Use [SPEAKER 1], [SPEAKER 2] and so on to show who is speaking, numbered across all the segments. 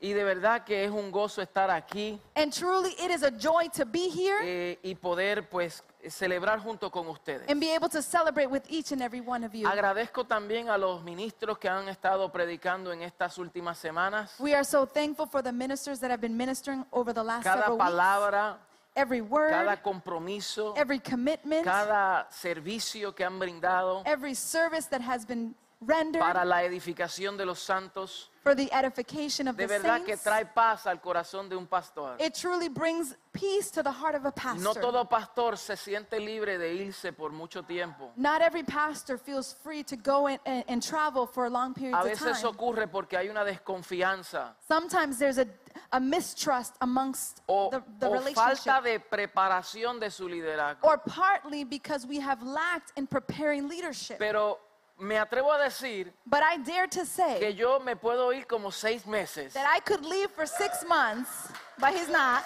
[SPEAKER 1] Y de verdad que es un gozo estar aquí
[SPEAKER 2] And truly, it is a joy to be here
[SPEAKER 1] eh, y poder pues celebrar junto con ustedes.
[SPEAKER 2] and be able to celebrate with each and every one of you.
[SPEAKER 1] Agradezco también a los ministros que han estado predicando en estas últimas semanas.
[SPEAKER 2] We are so thankful for the ministers that have been ministering over the last
[SPEAKER 1] Cada
[SPEAKER 2] several weeks.
[SPEAKER 1] palabra,
[SPEAKER 2] Every word,
[SPEAKER 1] cada compromiso,
[SPEAKER 2] every commitment,
[SPEAKER 1] cada servicio que han brindado
[SPEAKER 2] every service that has been rendered
[SPEAKER 1] para la edificación de los santos,
[SPEAKER 2] for the edification of
[SPEAKER 1] de
[SPEAKER 2] the
[SPEAKER 1] verdad que
[SPEAKER 2] saints.
[SPEAKER 1] trae paz al corazón de un pastor.
[SPEAKER 2] It truly brings peace to the heart of a
[SPEAKER 1] No
[SPEAKER 2] pastor.
[SPEAKER 1] todo pastor se siente libre de irse por mucho tiempo.
[SPEAKER 2] Not every pastor feels free to go and, and, and travel for long periods
[SPEAKER 1] A
[SPEAKER 2] of
[SPEAKER 1] veces
[SPEAKER 2] time.
[SPEAKER 1] ocurre porque hay una desconfianza
[SPEAKER 2] Sometimes there's a, a mistrust amongst
[SPEAKER 1] o,
[SPEAKER 2] the, the
[SPEAKER 1] o
[SPEAKER 2] relationship.
[SPEAKER 1] falta de preparación de su liderazgo.
[SPEAKER 2] Or partly because we have lacked in preparing leadership.
[SPEAKER 1] Pero me atrevo a decir
[SPEAKER 2] But I dare to say
[SPEAKER 1] que yo me puedo ir como seis meses
[SPEAKER 2] that I could leave for six months, but he's not.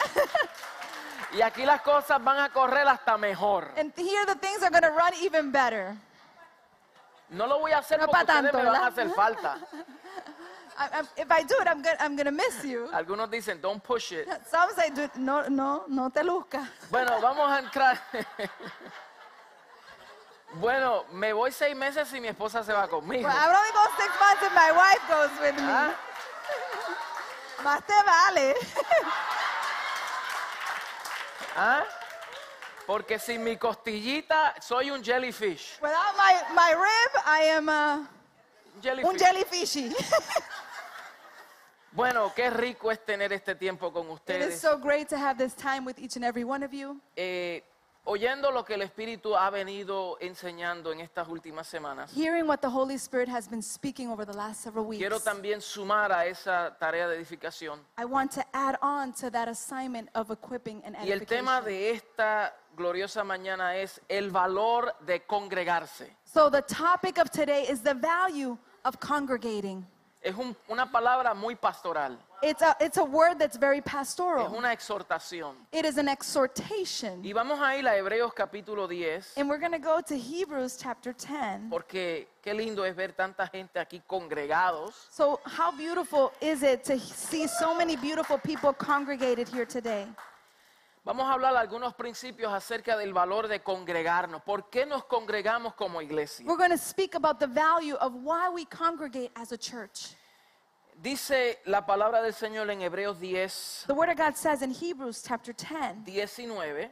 [SPEAKER 1] y aquí las cosas van a correr hasta mejor.
[SPEAKER 2] and here the things are going to run even better.
[SPEAKER 1] No lo voy a hacer
[SPEAKER 2] No
[SPEAKER 1] porque
[SPEAKER 2] pa'
[SPEAKER 1] ustedes
[SPEAKER 2] tanto,
[SPEAKER 1] me van a
[SPEAKER 2] ¿verdad?
[SPEAKER 1] hacer falta.
[SPEAKER 2] I, I'm, if I do it, I'm going I'm to miss you.
[SPEAKER 1] Algunos dicen, don't push it.
[SPEAKER 2] Some say, "Do- no, no, no te luzca.
[SPEAKER 1] Bueno, vamos a entrar. Bueno, me voy seis meses y mi esposa se va conmigo.
[SPEAKER 2] Well, I would only go six months if my wife goes with me.
[SPEAKER 1] ¿Ah?
[SPEAKER 2] Más te vale.
[SPEAKER 1] ¿Ah? Porque sin mi costillita soy un jellyfish.
[SPEAKER 2] Without my, my rib, I am uh, un
[SPEAKER 1] Jellyfish.
[SPEAKER 2] jellyfishy.
[SPEAKER 1] bueno, qué rico es tener este tiempo con
[SPEAKER 2] it is
[SPEAKER 1] ustedes.
[SPEAKER 2] so great to have this time with each and every one of you.
[SPEAKER 1] Eh, oyendo lo que el Espíritu ha venido enseñando en estas últimas semanas,
[SPEAKER 2] Hearing what the Holy Spirit has been speaking over the last several weeks,
[SPEAKER 1] quiero también sumar a esa tarea de edificación.
[SPEAKER 2] I want to add on to that assignment of equipping and
[SPEAKER 1] Y el
[SPEAKER 2] edification.
[SPEAKER 1] tema de esta gloriosa mañana es el valor de congregarse.
[SPEAKER 2] So the topic of today is the value of congregating.
[SPEAKER 1] Es un- una palabra muy pastoral,
[SPEAKER 2] It's a, it's a word that's very
[SPEAKER 1] es
[SPEAKER 2] pastoral.
[SPEAKER 1] una exhortación.
[SPEAKER 2] It is an exhortation.
[SPEAKER 1] Y vamos a ir a Hebreos capítulo 10.
[SPEAKER 2] And we're going to go to Hebrews chapter 10.
[SPEAKER 1] Porque qué lindo es ver tanta gente aquí congregados.
[SPEAKER 2] So, how beautiful is it to see so many beautiful people congregated here today?
[SPEAKER 1] Vamos a hablar algunos principios acerca del valor de congregarnos. ¿Por qué nos congregamos como iglesia?
[SPEAKER 2] We're going to speak about the value of why we congregate as a church.
[SPEAKER 1] Dice la palabra del Señor en Hebreos 10,
[SPEAKER 2] The Word of God says in Hebrews chapter 10,
[SPEAKER 1] 19.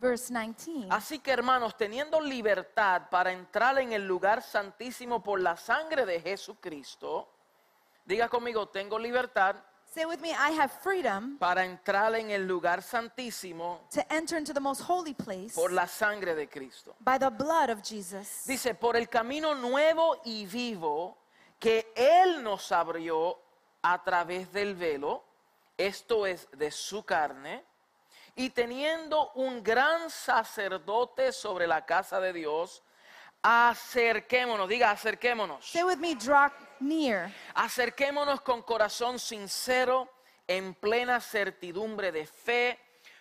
[SPEAKER 2] verse 19.
[SPEAKER 1] Así que hermanos, teniendo libertad para entrar en el lugar santísimo por la sangre de Jesucristo, diga conmigo, tengo libertad
[SPEAKER 2] Say with me, I have freedom
[SPEAKER 1] para entrar en el lugar santísimo
[SPEAKER 2] to enter into the most holy place
[SPEAKER 1] por la sangre de Cristo.
[SPEAKER 2] by the blood of Jesus.
[SPEAKER 1] Dice, por el camino nuevo y vivo que Él nos abrió a través del velo, esto es de su carne, y teniendo un gran sacerdote sobre la casa de Dios, acerquémonos, diga, acerquémonos,
[SPEAKER 2] Say with me, draw near
[SPEAKER 1] acerquémonos con corazón sincero, en plena certidumbre de fe,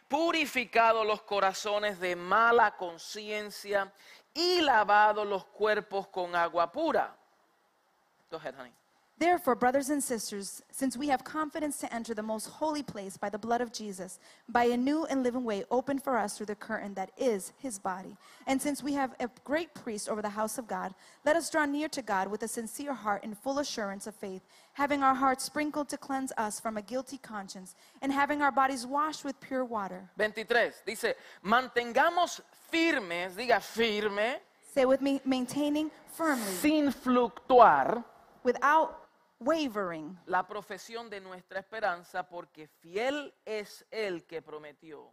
[SPEAKER 1] purificados los corazones de mala conciencia y lavados los cuerpos con agua pura. Go ahead, honey.
[SPEAKER 2] Therefore, brothers and sisters, since we have confidence to enter the most holy place by the blood of Jesus, by a new and living way opened for us through the curtain that is his body, and since we have a great priest over the house of God, let us draw near to God with a sincere heart and full assurance of faith, having our hearts sprinkled to cleanse us from a guilty conscience, and having our bodies washed with pure water.
[SPEAKER 1] 23 dice, mantengamos firmes, diga firme,
[SPEAKER 2] Say with me, maintaining firmly,
[SPEAKER 1] sin fluctuar
[SPEAKER 2] without wavering,
[SPEAKER 1] la profesión de nuestra esperanza, porque fiel es el que prometió.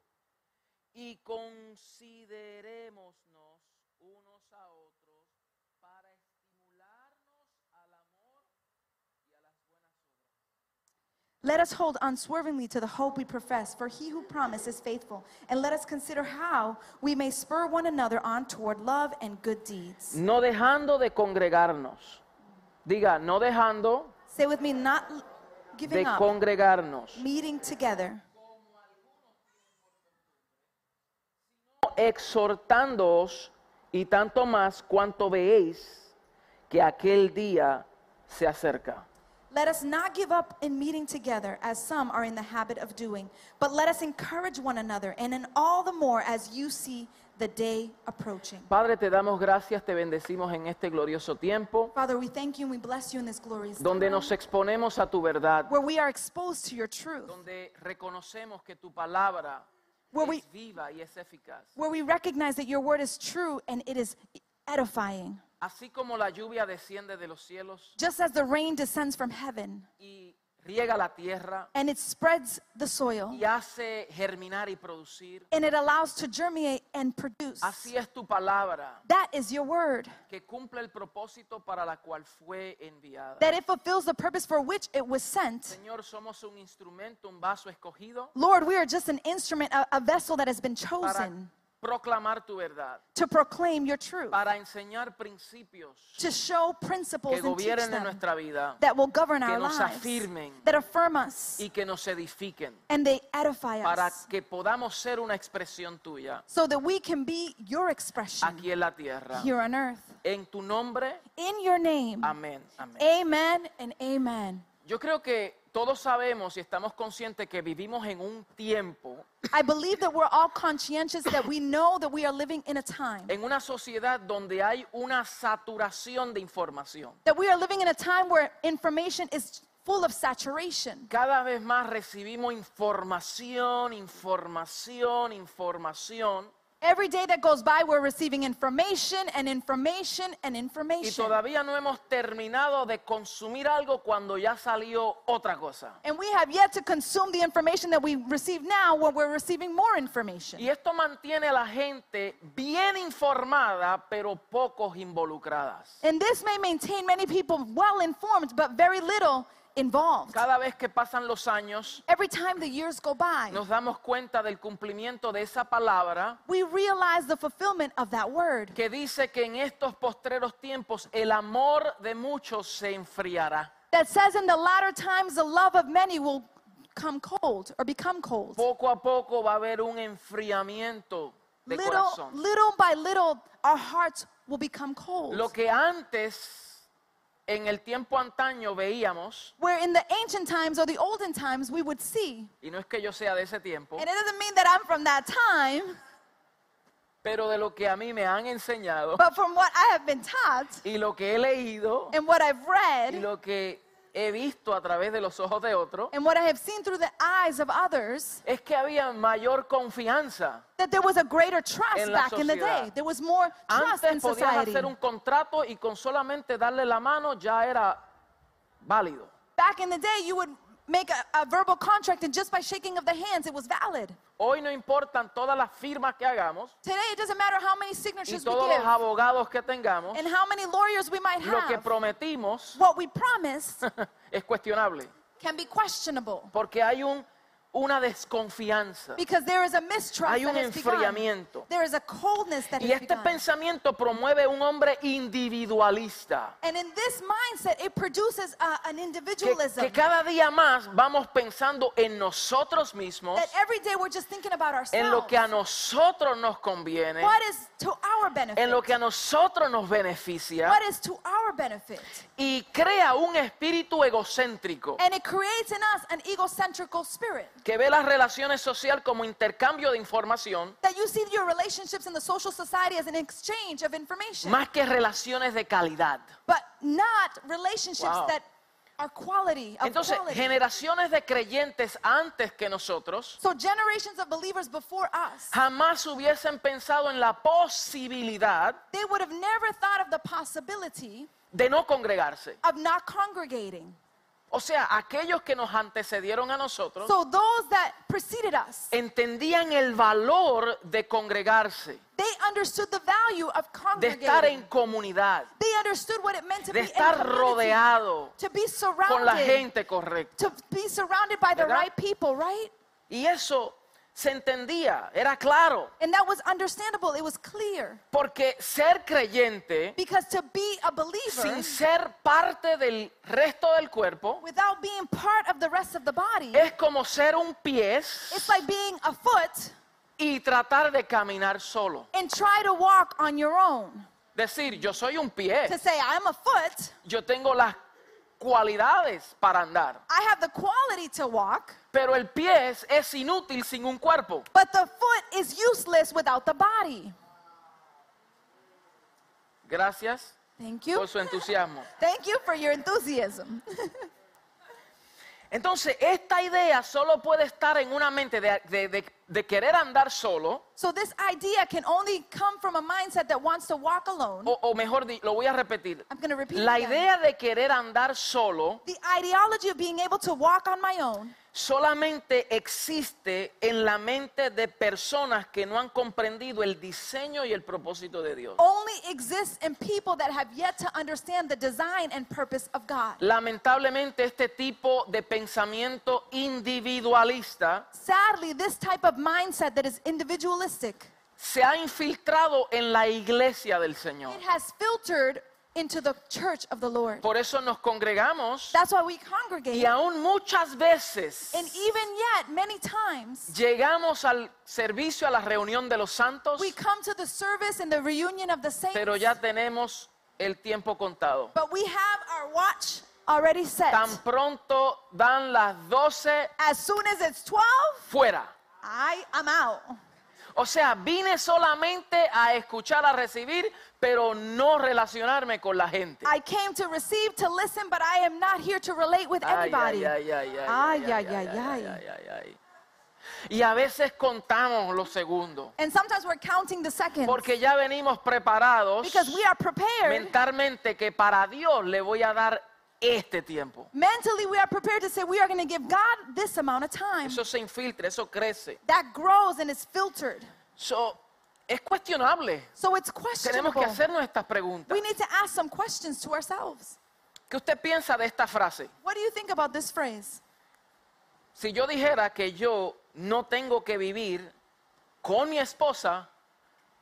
[SPEAKER 1] Y considerémonos unos a otros para estimularnos al amor y a las buenas obras.
[SPEAKER 2] Let us hold unswervingly to the hope we profess, for he who promised is faithful. And let us consider how we may spur one another on toward love and good deeds.
[SPEAKER 1] No dejando de congregarnos. Diga, no dejando
[SPEAKER 2] Say with me, not l-
[SPEAKER 1] de
[SPEAKER 2] giving up,
[SPEAKER 1] congregarnos.
[SPEAKER 2] meeting together,
[SPEAKER 1] exhortándoos y tanto más cuanto veéis que aquel día se acerca.
[SPEAKER 2] Let us not give up in meeting together, as some are in the habit of doing, but let us encourage one another, and in all the more as you see the day approaching.
[SPEAKER 1] Padre, te damos gracias, te bendecimos en este glorioso tiempo
[SPEAKER 2] Father, we thank you and we bless you in this glorious
[SPEAKER 1] donde
[SPEAKER 2] time,
[SPEAKER 1] nos exponemos a tu verdad,
[SPEAKER 2] where we are exposed to your truth,
[SPEAKER 1] donde reconocemos que tu palabra
[SPEAKER 2] Where we-
[SPEAKER 1] es viva y es eficaz.
[SPEAKER 2] where we recognize that your word is true and it is edifying.
[SPEAKER 1] Así como la lluvia desciende de los cielos
[SPEAKER 2] Just as the rain descends from heaven
[SPEAKER 1] y riega la tierra
[SPEAKER 2] and it spreads the soil
[SPEAKER 1] y hace germinar y producir,
[SPEAKER 2] and it allows to germinate and produce,
[SPEAKER 1] así es tu palabra
[SPEAKER 2] that is your word.
[SPEAKER 1] que cumple el propósito para la cual fue enviada.
[SPEAKER 2] That it fulfills the purpose for which it was sent.
[SPEAKER 1] Señor, somos un instrumento, un vaso escogido
[SPEAKER 2] Lord, we are just an instrument, a, a vessel that has been
[SPEAKER 1] para
[SPEAKER 2] chosen
[SPEAKER 1] proclamar tu verdad,
[SPEAKER 2] to proclaim your truth,
[SPEAKER 1] para enseñar principios
[SPEAKER 2] to show
[SPEAKER 1] que
[SPEAKER 2] principles and teach
[SPEAKER 1] gobiernen
[SPEAKER 2] them
[SPEAKER 1] nuestra vida
[SPEAKER 2] that will govern
[SPEAKER 1] que
[SPEAKER 2] our
[SPEAKER 1] nos
[SPEAKER 2] lives,
[SPEAKER 1] afirmen.
[SPEAKER 2] that affirm us,
[SPEAKER 1] y que nos edifiquen
[SPEAKER 2] and they edify
[SPEAKER 1] para
[SPEAKER 2] us,
[SPEAKER 1] que podamos ser una expresión tuya
[SPEAKER 2] so that we can be your expression
[SPEAKER 1] aquí en la tierra.
[SPEAKER 2] here on earth.
[SPEAKER 1] En tu nombre,
[SPEAKER 2] In your name,
[SPEAKER 1] amén,
[SPEAKER 2] Eh.
[SPEAKER 1] amén.
[SPEAKER 2] amen and amen.
[SPEAKER 1] Yo creo que todos sabemos y estamos conscientes que vivimos en un tiempo,
[SPEAKER 2] I believe that we're all conscientious that we know that we are living in a time.
[SPEAKER 1] en una sociedad donde hay una saturación de información.
[SPEAKER 2] That we are living in a time where information is full of saturation.
[SPEAKER 1] Cada vez más recibimos información, información, información.
[SPEAKER 2] Every day that goes by, we're receiving information and information and
[SPEAKER 1] Y
[SPEAKER 2] information.
[SPEAKER 1] todavía no hemos terminado de consumir algo cuando ya salió otra cosa.
[SPEAKER 2] And we have yet to consume the information that we receive now when we're receiving more information.
[SPEAKER 1] Y esto mantiene a la gente bien informada, pero pocos involucradas.
[SPEAKER 2] And this may maintain many people well informed, but very little involved.
[SPEAKER 1] Cada vez que pasan los años,
[SPEAKER 2] Every time the years go by,
[SPEAKER 1] nos damos cuenta del cumplimiento de esa palabra
[SPEAKER 2] we realize the fulfillment of that word
[SPEAKER 1] que dice que en estos postreros tiempos el amor de muchos se enfriará.
[SPEAKER 2] that says, In the latter times, the love of many will come cold or become cold.
[SPEAKER 1] Poco a poco va a haber un enfriamiento de
[SPEAKER 2] little,
[SPEAKER 1] corazón.
[SPEAKER 2] little by little, our hearts will become cold.
[SPEAKER 1] Lo que antes, en el tiempo antaño, veíamos,
[SPEAKER 2] Where in the ancient times or the olden times, we would see,
[SPEAKER 1] y no es que yo sea de ese tiempo,
[SPEAKER 2] and it doesn't mean that I'm from that time,
[SPEAKER 1] pero de lo que a mí me han enseñado
[SPEAKER 2] but from what I have been taught
[SPEAKER 1] y lo que he leído
[SPEAKER 2] and what I've
[SPEAKER 1] y
[SPEAKER 2] read
[SPEAKER 1] lo que he visto a través de los ojos de otros
[SPEAKER 2] and what I have seen through the eyes of others,
[SPEAKER 1] es que había mayor confianza.
[SPEAKER 2] that there was a greater
[SPEAKER 1] En
[SPEAKER 2] trust
[SPEAKER 1] la
[SPEAKER 2] back in the day.
[SPEAKER 1] sociedad.
[SPEAKER 2] There was more trust in
[SPEAKER 1] Antes podías
[SPEAKER 2] society.
[SPEAKER 1] hacer un contrato y con solamente darle la mano ya era válido.
[SPEAKER 2] Back in the day, you would make a, a verbal contract, and just by shaking of the hands, it was valid.
[SPEAKER 1] Hoy no importan todas las firmas que hagamos
[SPEAKER 2] Today, it doesn't matter how many
[SPEAKER 1] y
[SPEAKER 2] signatures we
[SPEAKER 1] todos los
[SPEAKER 2] give
[SPEAKER 1] abogados que tengamos,
[SPEAKER 2] and how many lawyers we might
[SPEAKER 1] lo que
[SPEAKER 2] have.
[SPEAKER 1] prometimos
[SPEAKER 2] what we promise
[SPEAKER 1] es cuestionable,
[SPEAKER 2] can be questionable
[SPEAKER 1] porque hay un, una desconfianza.
[SPEAKER 2] because there is a mistrust
[SPEAKER 1] Hay un
[SPEAKER 2] that has begun.
[SPEAKER 1] enfriamiento.
[SPEAKER 2] There is a coldness that
[SPEAKER 1] Y
[SPEAKER 2] has
[SPEAKER 1] este
[SPEAKER 2] begun.
[SPEAKER 1] pensamiento promueve un hombre individualista.
[SPEAKER 2] And in this mindset, it produces uh, an
[SPEAKER 1] que,
[SPEAKER 2] individualism
[SPEAKER 1] que cada día más vamos pensando en nosotros mismos,
[SPEAKER 2] that every day we're just thinking about
[SPEAKER 1] en lo
[SPEAKER 2] ourselves.
[SPEAKER 1] que a nosotros nos conviene,
[SPEAKER 2] What is to our benefit?
[SPEAKER 1] en lo que a nosotros nos beneficia
[SPEAKER 2] What is to our benefit?
[SPEAKER 1] y crea un espíritu egocéntrico
[SPEAKER 2] And it creates in us an egocentrical spirit
[SPEAKER 1] que ve las relaciones sociales como intercambio de información
[SPEAKER 2] that you see your relationships in the social society as an exchange of information,
[SPEAKER 1] más que relaciones de calidad.
[SPEAKER 2] but not relationships
[SPEAKER 1] Wow.
[SPEAKER 2] that are quality of
[SPEAKER 1] Entonces,
[SPEAKER 2] quality.
[SPEAKER 1] generaciones de creyentes antes que nosotros
[SPEAKER 2] So generations of believers before us,
[SPEAKER 1] jamás hubiesen pensado en la posibilidad
[SPEAKER 2] they would have never thought of the possibility
[SPEAKER 1] de no congregarse.
[SPEAKER 2] of not congregating.
[SPEAKER 1] O sea, aquellos que nos antecedieron a nosotros
[SPEAKER 2] So those that preceded us,
[SPEAKER 1] entendían el valor de congregarse,
[SPEAKER 2] they understood the value of
[SPEAKER 1] de estar
[SPEAKER 2] congregating.
[SPEAKER 1] en comunidad,
[SPEAKER 2] They understood what it meant to
[SPEAKER 1] de
[SPEAKER 2] be in
[SPEAKER 1] estar
[SPEAKER 2] community,
[SPEAKER 1] rodeado
[SPEAKER 2] to be
[SPEAKER 1] con la
[SPEAKER 2] surrounded,
[SPEAKER 1] gente correcta.
[SPEAKER 2] to be surrounded by the
[SPEAKER 1] ¿Verdad?
[SPEAKER 2] right people, right?
[SPEAKER 1] Y eso se entendía, era claro,
[SPEAKER 2] And that was understandable. It was clear
[SPEAKER 1] porque ser creyente
[SPEAKER 2] because to be a believer
[SPEAKER 1] sin ser parte del resto del cuerpo
[SPEAKER 2] without being part of the rest of the body,
[SPEAKER 1] es como ser un pie
[SPEAKER 2] it's like being a foot
[SPEAKER 1] y tratar de caminar solo.
[SPEAKER 2] and try to walk on your own.
[SPEAKER 1] Decir, yo soy un pie,
[SPEAKER 2] to say I'm a foot,
[SPEAKER 1] yo tengo las cualidades para andar,
[SPEAKER 2] I have the quality to walk,
[SPEAKER 1] pero el pie es- es inútil sin un cuerpo.
[SPEAKER 2] but the foot is useless without the body.
[SPEAKER 1] Gracias
[SPEAKER 2] Thank you.
[SPEAKER 1] por su entusiasmo.
[SPEAKER 2] Thank you for your enthusiasm.
[SPEAKER 1] Entonces, esta idea solo puede estar en una mente de, de- de- de querer andar solo,
[SPEAKER 2] so, this idea can only come from a mindset that wants to walk alone.
[SPEAKER 1] o, o mejor, di- lo voy a repetir.
[SPEAKER 2] I'm going to repeat
[SPEAKER 1] La
[SPEAKER 2] again.
[SPEAKER 1] idea de querer andar solo
[SPEAKER 2] The ideology of being able to walk on my own
[SPEAKER 1] solamente existe en la mente de personas que no han comprendido el diseño y el propósito de Dios.
[SPEAKER 2] only exists in people that have yet to understand the design and purpose of God.
[SPEAKER 1] Lamentablemente este tipo de pensamiento individualista
[SPEAKER 2] Sadly, this type of mindset that is individualistic,
[SPEAKER 1] se ha infiltrado en la iglesia del Señor.
[SPEAKER 2] it has filtered into the church of the Lord.
[SPEAKER 1] Por eso nos congregamos
[SPEAKER 2] That's why we congregate.
[SPEAKER 1] y aún muchas veces
[SPEAKER 2] And even yet, many times,
[SPEAKER 1] llegamos al servicio, a la reunión de los santos,
[SPEAKER 2] we come to the service and the reunion of the saints,
[SPEAKER 1] pero ya tenemos el tiempo contado.
[SPEAKER 2] but we have our watch already set.
[SPEAKER 1] Tan pronto dan las 12
[SPEAKER 2] as soon as it's 12,
[SPEAKER 1] fuera.
[SPEAKER 2] I am out.
[SPEAKER 1] O sea, vine solamente a escuchar, a recibir, pero no relacionarme con la gente.
[SPEAKER 2] I came to receive, to listen, but I am not here to relate with
[SPEAKER 1] Ay,
[SPEAKER 2] anybody.
[SPEAKER 1] ay, ay, ay,
[SPEAKER 2] Ay,
[SPEAKER 1] ay, ay, ay, ay, ay, ay, ay. Y a veces contamos los segundos,
[SPEAKER 2] And sometimes we're counting the seconds
[SPEAKER 1] porque ya venimos preparados
[SPEAKER 2] because we are prepared.
[SPEAKER 1] mentalmente que para Dios le voy a dar este tiempo.
[SPEAKER 2] Mentally, we are prepared to say we are going to give God this amount of time.
[SPEAKER 1] Eso se infiltra, eso crece.
[SPEAKER 2] that grows and is filtered.
[SPEAKER 1] So, es cuestionable.
[SPEAKER 2] So it's
[SPEAKER 1] Tenemos
[SPEAKER 2] questionable.
[SPEAKER 1] que hacernos estas preguntas.
[SPEAKER 2] We need to ask some questions to ourselves.
[SPEAKER 1] ¿Qué usted piensa de esta frase?
[SPEAKER 2] What do you think about this phrase?
[SPEAKER 1] Si yo dijera que yo no tengo que vivir con mi esposa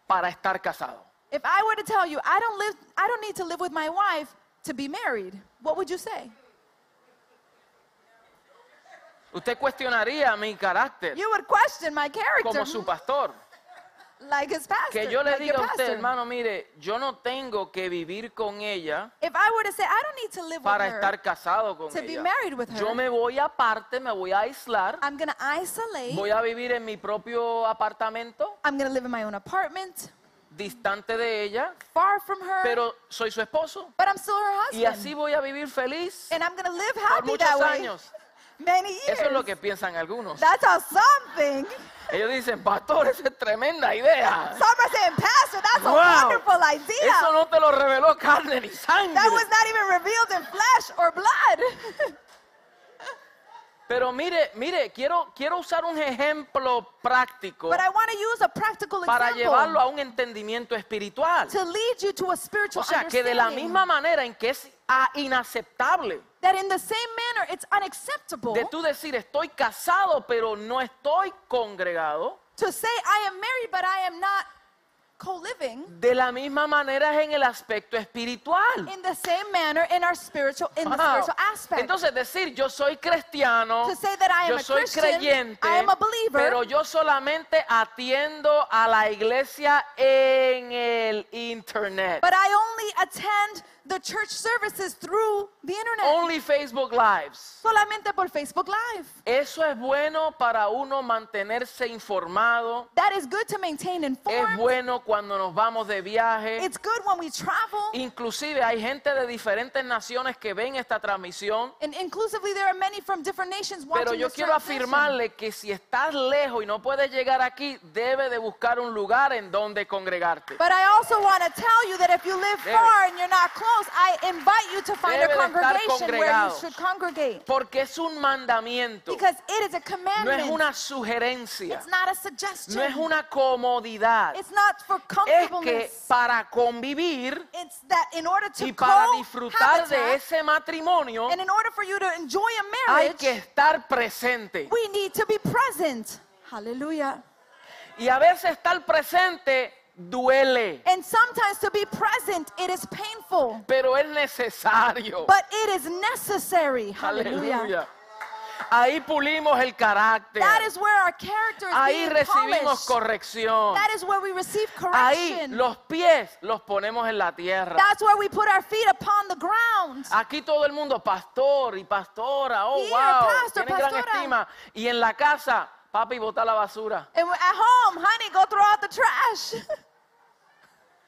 [SPEAKER 1] para estar casado,
[SPEAKER 2] If I were to tell you, I don't live I don't need to live with my wife to be married, what would you say?
[SPEAKER 1] usted cuestionaría mi carácter
[SPEAKER 2] You would question my character
[SPEAKER 1] como su pastor.
[SPEAKER 2] like his pastor.
[SPEAKER 1] Que yo le
[SPEAKER 2] like your
[SPEAKER 1] diga a usted,
[SPEAKER 2] pastor.
[SPEAKER 1] hermano, mire, yo no tengo que vivir con ella
[SPEAKER 2] If I were to say I don't need to live
[SPEAKER 1] para
[SPEAKER 2] with her,
[SPEAKER 1] estar casado con
[SPEAKER 2] to be
[SPEAKER 1] ella.
[SPEAKER 2] married with her.
[SPEAKER 1] Yo me voy aparte, me voy a aislar,
[SPEAKER 2] I'm going to isolate.
[SPEAKER 1] voy a vivir en mi propio apartamento,
[SPEAKER 2] I'm going to live in my own apartment,
[SPEAKER 1] distante de ella,
[SPEAKER 2] far from her,
[SPEAKER 1] pero soy su esposo.
[SPEAKER 2] but I'm still her
[SPEAKER 1] Y así
[SPEAKER 2] husband.
[SPEAKER 1] voy a vivir feliz
[SPEAKER 2] And I'm going to live
[SPEAKER 1] por
[SPEAKER 2] happy
[SPEAKER 1] muchos
[SPEAKER 2] that way.
[SPEAKER 1] años.
[SPEAKER 2] Many years.
[SPEAKER 1] Eso es lo que piensan algunos.
[SPEAKER 2] That's how something.
[SPEAKER 1] Ellos dicen, pastor, esa es tremenda idea.
[SPEAKER 2] Some are saying, Pastor, that's
[SPEAKER 1] Wow.
[SPEAKER 2] a wonderful idea.
[SPEAKER 1] Eso no te lo reveló carne ni sangre.
[SPEAKER 2] That was not even revealed in flesh or blood.
[SPEAKER 1] Pero mire, mire, quiero, quiero usar un ejemplo práctico
[SPEAKER 2] but I want to use a practical
[SPEAKER 1] para llevarlo
[SPEAKER 2] example
[SPEAKER 1] a un entendimiento espiritual.
[SPEAKER 2] to lead you to a spiritual
[SPEAKER 1] O sea, que de la
[SPEAKER 2] understanding
[SPEAKER 1] misma manera en que es ah, inaceptable
[SPEAKER 2] that in the same manner it's unacceptable
[SPEAKER 1] de tú decir estoy casado pero no estoy congregado,
[SPEAKER 2] to say I am married but I am not co-living.
[SPEAKER 1] de la misma manera es en el aspecto espiritual.
[SPEAKER 2] In the same manner in our spiritual in the
[SPEAKER 1] Mm. Wow.
[SPEAKER 2] spiritual aspect.
[SPEAKER 1] Entonces decir yo soy cristiano,
[SPEAKER 2] to say that I am
[SPEAKER 1] yo
[SPEAKER 2] a
[SPEAKER 1] soy
[SPEAKER 2] Christian,
[SPEAKER 1] creyente,
[SPEAKER 2] I am a believer,
[SPEAKER 1] pero yo solamente atiendo a la iglesia en el internet.
[SPEAKER 2] but I only attend the church services through the internet.
[SPEAKER 1] Only Facebook Lives.
[SPEAKER 2] solamente por Facebook Live.
[SPEAKER 1] Eso es bueno para uno mantenerse informado.
[SPEAKER 2] That is good to maintain
[SPEAKER 1] Es
[SPEAKER 2] informed.
[SPEAKER 1] bueno cuando nos vamos de viaje.
[SPEAKER 2] It's good when we travel.
[SPEAKER 1] Inclusive hay gente de diferentes naciones que ven esta transmisión.
[SPEAKER 2] And inclusively, there are many from different nations watching
[SPEAKER 1] Pero yo
[SPEAKER 2] this
[SPEAKER 1] quiero
[SPEAKER 2] translation.
[SPEAKER 1] afirmarle que si estás lejos y no puedes llegar aquí, debe de buscar un lugar en donde congregarte.
[SPEAKER 2] But I also want to tell you that if you live
[SPEAKER 1] Debe.
[SPEAKER 2] far and you're not close, I invite you to find
[SPEAKER 1] Debe de
[SPEAKER 2] a
[SPEAKER 1] estar
[SPEAKER 2] congregation where you
[SPEAKER 1] congregados.
[SPEAKER 2] should congregate.
[SPEAKER 1] Porque es un mandamiento.
[SPEAKER 2] Because it is a
[SPEAKER 1] No
[SPEAKER 2] commandment.
[SPEAKER 1] es una sugerencia.
[SPEAKER 2] It's not a suggestion.
[SPEAKER 1] No es una comodidad.
[SPEAKER 2] It's not for
[SPEAKER 1] Es que
[SPEAKER 2] comfortableness.
[SPEAKER 1] para convivir
[SPEAKER 2] It's that in order to
[SPEAKER 1] y para disfrutar
[SPEAKER 2] cohabitat
[SPEAKER 1] de ese matrimonio
[SPEAKER 2] and in order for you to enjoy a
[SPEAKER 1] hay
[SPEAKER 2] marriage,
[SPEAKER 1] que estar presente.
[SPEAKER 2] we need to be present. Hallelujah.
[SPEAKER 1] Y a veces estar presente duele,
[SPEAKER 2] And sometimes to be present, it is painful,
[SPEAKER 1] pero es necesario.
[SPEAKER 2] but it is necessary. Hallelujah.
[SPEAKER 1] Aleluya. Ahí pulimos el carácter.
[SPEAKER 2] That is where our character is
[SPEAKER 1] Ahí
[SPEAKER 2] being
[SPEAKER 1] recibimos
[SPEAKER 2] polished.
[SPEAKER 1] corrección.
[SPEAKER 2] That is where we receive
[SPEAKER 1] Ahí
[SPEAKER 2] correction.
[SPEAKER 1] los pies los ponemos en la tierra.
[SPEAKER 2] That's where we put our feet upon the ground.
[SPEAKER 1] Aquí todo el mundo, pastor y pastora, oh
[SPEAKER 2] Here,
[SPEAKER 1] wow,
[SPEAKER 2] pastor,
[SPEAKER 1] tienen gran
[SPEAKER 2] pastora.
[SPEAKER 1] estima. Y en la casa, papi, bota la basura.
[SPEAKER 2] And we're at home, honey, go throw out the trash.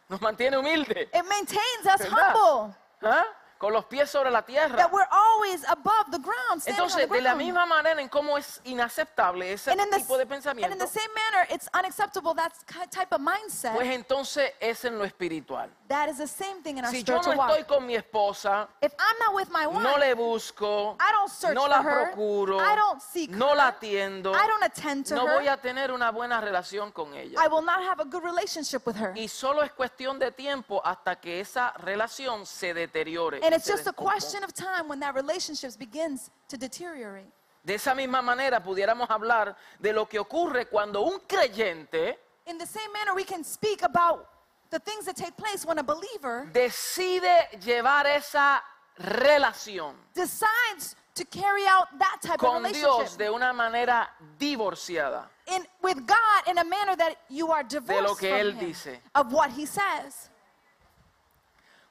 [SPEAKER 1] Nos mantiene humilde,
[SPEAKER 2] It maintains us
[SPEAKER 1] ¿Verdad?
[SPEAKER 2] humble.
[SPEAKER 1] ¿ah? con los pies sobre la tierra.
[SPEAKER 2] That we're always above the ground, standing on
[SPEAKER 1] Entonces,
[SPEAKER 2] the
[SPEAKER 1] de la
[SPEAKER 2] ground.
[SPEAKER 1] misma manera en cómo es inaceptable ese
[SPEAKER 2] and, in the,
[SPEAKER 1] tipo de
[SPEAKER 2] s- and in
[SPEAKER 1] pensamiento,
[SPEAKER 2] the same manner, it's unacceptable. That ki- type of mindset.
[SPEAKER 1] pues entonces es en lo espiritual.
[SPEAKER 2] that is the same thing in our
[SPEAKER 1] Si yo no
[SPEAKER 2] spiritual walk.
[SPEAKER 1] estoy con mi esposa,
[SPEAKER 2] if I'm not with my wife,
[SPEAKER 1] no le busco,
[SPEAKER 2] I don't search
[SPEAKER 1] no la
[SPEAKER 2] for her.
[SPEAKER 1] procuro,
[SPEAKER 2] I don't seek
[SPEAKER 1] no la
[SPEAKER 2] her.
[SPEAKER 1] atiendo,
[SPEAKER 2] I don't attend to
[SPEAKER 1] no
[SPEAKER 2] her.
[SPEAKER 1] voy a tener una buena relación con ella.
[SPEAKER 2] I will not have a good relationship with her.
[SPEAKER 1] Y solo es cuestión de tiempo hasta que esa relación se deteriore.
[SPEAKER 2] and
[SPEAKER 1] y
[SPEAKER 2] it's
[SPEAKER 1] se
[SPEAKER 2] just a
[SPEAKER 1] descomponga.
[SPEAKER 2] question of time when that relationship begins to deteriorate.
[SPEAKER 1] De esa misma manera pudiéramos hablar de lo que ocurre cuando un creyente
[SPEAKER 2] In the same manner, we can speak about the things that take place when a believer
[SPEAKER 1] decide llevar esa relación
[SPEAKER 2] decides to carry out that type of
[SPEAKER 1] con
[SPEAKER 2] relationship
[SPEAKER 1] Dios de una manera divorciada.
[SPEAKER 2] in, with God in a manner that you are divorced
[SPEAKER 1] que
[SPEAKER 2] from
[SPEAKER 1] él
[SPEAKER 2] him,
[SPEAKER 1] dice.
[SPEAKER 2] of what He says.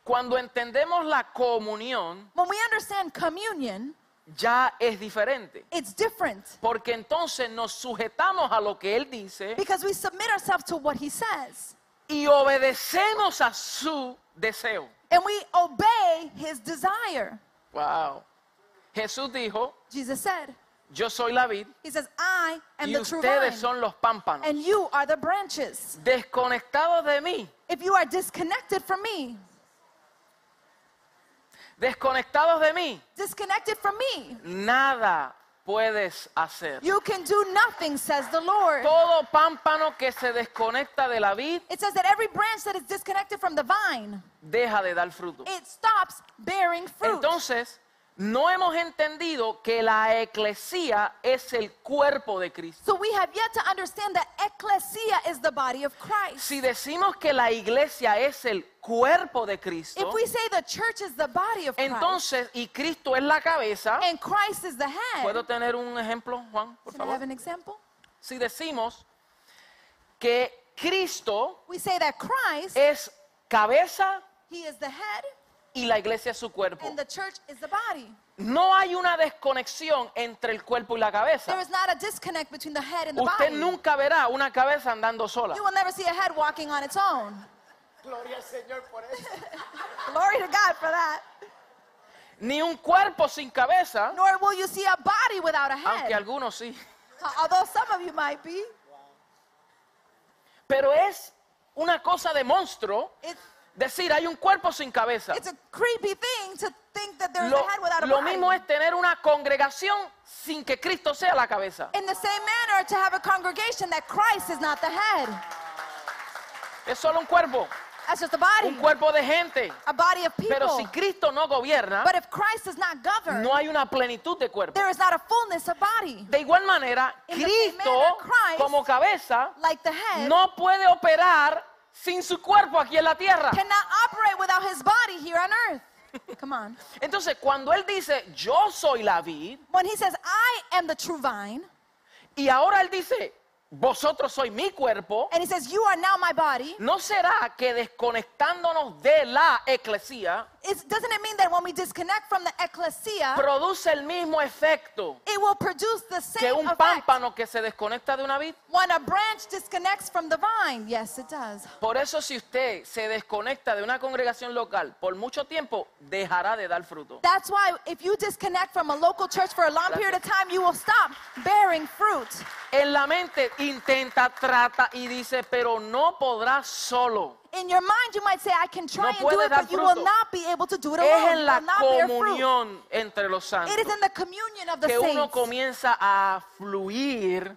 [SPEAKER 1] Cuando entendemos la comunión,
[SPEAKER 2] When we understand communion,
[SPEAKER 1] ya es diferente.
[SPEAKER 2] it's different
[SPEAKER 1] Porque entonces nos sujetamos a lo que Él dice
[SPEAKER 2] because we submit ourselves to what He says
[SPEAKER 1] y obedecemos a su deseo.
[SPEAKER 2] and we obey His desire.
[SPEAKER 1] Wow. Jesús dijo,
[SPEAKER 2] Jesus said,
[SPEAKER 1] yo soy la vid
[SPEAKER 2] He says, "I am
[SPEAKER 1] y
[SPEAKER 2] the true vine,
[SPEAKER 1] ustedes son los pámpanos.
[SPEAKER 2] and you are the branches.
[SPEAKER 1] Desconectados de mí,
[SPEAKER 2] If you are disconnected from Me,
[SPEAKER 1] desconectados de mí,
[SPEAKER 2] disconnected from Me,
[SPEAKER 1] nada puedes hacer.
[SPEAKER 2] you can do nothing," says the Lord.
[SPEAKER 1] Todo pámpano que se desconecta de la vid
[SPEAKER 2] It says that every branch that is disconnected from the vine,
[SPEAKER 1] deja de dar fruto.
[SPEAKER 2] it stops bearing fruit.
[SPEAKER 1] Entonces, no hemos entendido que la eclesía es el cuerpo de Cristo.
[SPEAKER 2] so we have yet to understand that ecclesia is the body of Christ.
[SPEAKER 1] Si decimos que la iglesia es el cuerpo de Cristo,
[SPEAKER 2] If we say the church is the body of Christ
[SPEAKER 1] entonces, y Cristo es la cabeza,
[SPEAKER 2] and Christ is the head,
[SPEAKER 1] ¿puedo tener un ejemplo, Juan, por
[SPEAKER 2] can I have
[SPEAKER 1] favor?
[SPEAKER 2] an example?
[SPEAKER 1] Si decimos que Cristo
[SPEAKER 2] We say that Christ,
[SPEAKER 1] es cabeza
[SPEAKER 2] he is the head
[SPEAKER 1] y la iglesia es su cuerpo,
[SPEAKER 2] and the church is the body.
[SPEAKER 1] no hay una desconexión entre el cuerpo y la
[SPEAKER 2] There
[SPEAKER 1] cabeza.
[SPEAKER 2] is not a disconnect between the head and the
[SPEAKER 1] Usted
[SPEAKER 2] body.
[SPEAKER 1] nunca verá una cabeza andando sola.
[SPEAKER 2] You will never see a head walking on its own.
[SPEAKER 3] Gloria al Señor por eso.
[SPEAKER 2] Glory to God for that.
[SPEAKER 1] Ni un cuerpo sin cabeza.
[SPEAKER 2] Nor will you see a body without a head. Uh,
[SPEAKER 1] Aunque algunos sí.
[SPEAKER 2] Although some of you might be.
[SPEAKER 1] Pero es una cosa de monstruo
[SPEAKER 2] It's
[SPEAKER 1] decir hay un cuerpo sin cabeza.
[SPEAKER 2] It's a creepy thing to think that there's
[SPEAKER 1] Lo,
[SPEAKER 2] a head without a
[SPEAKER 1] lo
[SPEAKER 2] body.
[SPEAKER 1] mismo es tener una congregación sin que Cristo sea la cabeza.
[SPEAKER 2] In the same manner, to have a congregation that Christ is not the head.
[SPEAKER 1] Es solo un cuerpo,
[SPEAKER 2] That's just a body,
[SPEAKER 1] un cuerpo de gente.
[SPEAKER 2] a body of people.
[SPEAKER 1] Pero si Cristo no gobierna,
[SPEAKER 2] but if Christ is not governed,
[SPEAKER 1] no hay una plenitud de cuerpo.
[SPEAKER 2] there is not a fullness of body.
[SPEAKER 1] De igual manera,
[SPEAKER 2] In the same
[SPEAKER 1] Cristo
[SPEAKER 2] manner, Christ
[SPEAKER 1] como cabeza
[SPEAKER 2] Like the head
[SPEAKER 1] no puede operar sin su cuerpo aquí en la tierra.
[SPEAKER 2] cannot operate without his body here on earth. Come on.
[SPEAKER 1] Entonces, cuando Él dice, yo soy la vid,
[SPEAKER 2] When he says, I am the true vine,
[SPEAKER 1] Y ahora él dice, vosotros sois mi cuerpo.
[SPEAKER 2] and he says, You are now my body,
[SPEAKER 1] ¿No será que desconectándonos de la eclesía
[SPEAKER 2] it's, doesn't it mean that when we disconnect from the ecclesia,
[SPEAKER 1] produce el mismo efecto
[SPEAKER 2] it will produce the
[SPEAKER 1] que
[SPEAKER 2] same
[SPEAKER 1] un
[SPEAKER 2] effect?
[SPEAKER 1] pámpano que se desconecta de una vid?
[SPEAKER 2] When a branch disconnects from the vine, yes, it does.
[SPEAKER 1] Por eso si usted se desconecta de una congregación local por mucho tiempo, dejará de dar fruto.
[SPEAKER 2] That's why if you disconnect from a local church for a long period of time, you will stop bearing fruit.
[SPEAKER 1] En la mente intenta, trata y dice, pero no podrás solo.
[SPEAKER 2] In your mind, you might say, I can try
[SPEAKER 1] No
[SPEAKER 2] and do
[SPEAKER 1] puedes
[SPEAKER 2] it,
[SPEAKER 1] dar
[SPEAKER 2] but you
[SPEAKER 1] fruto.
[SPEAKER 2] will not be able to do it alone.
[SPEAKER 1] Es
[SPEAKER 2] You
[SPEAKER 1] en
[SPEAKER 2] will
[SPEAKER 1] la
[SPEAKER 2] not bear fruit.
[SPEAKER 1] comunión entre los santos.
[SPEAKER 2] It is in the communion of the
[SPEAKER 1] que uno
[SPEAKER 2] saints
[SPEAKER 1] comienza a fluir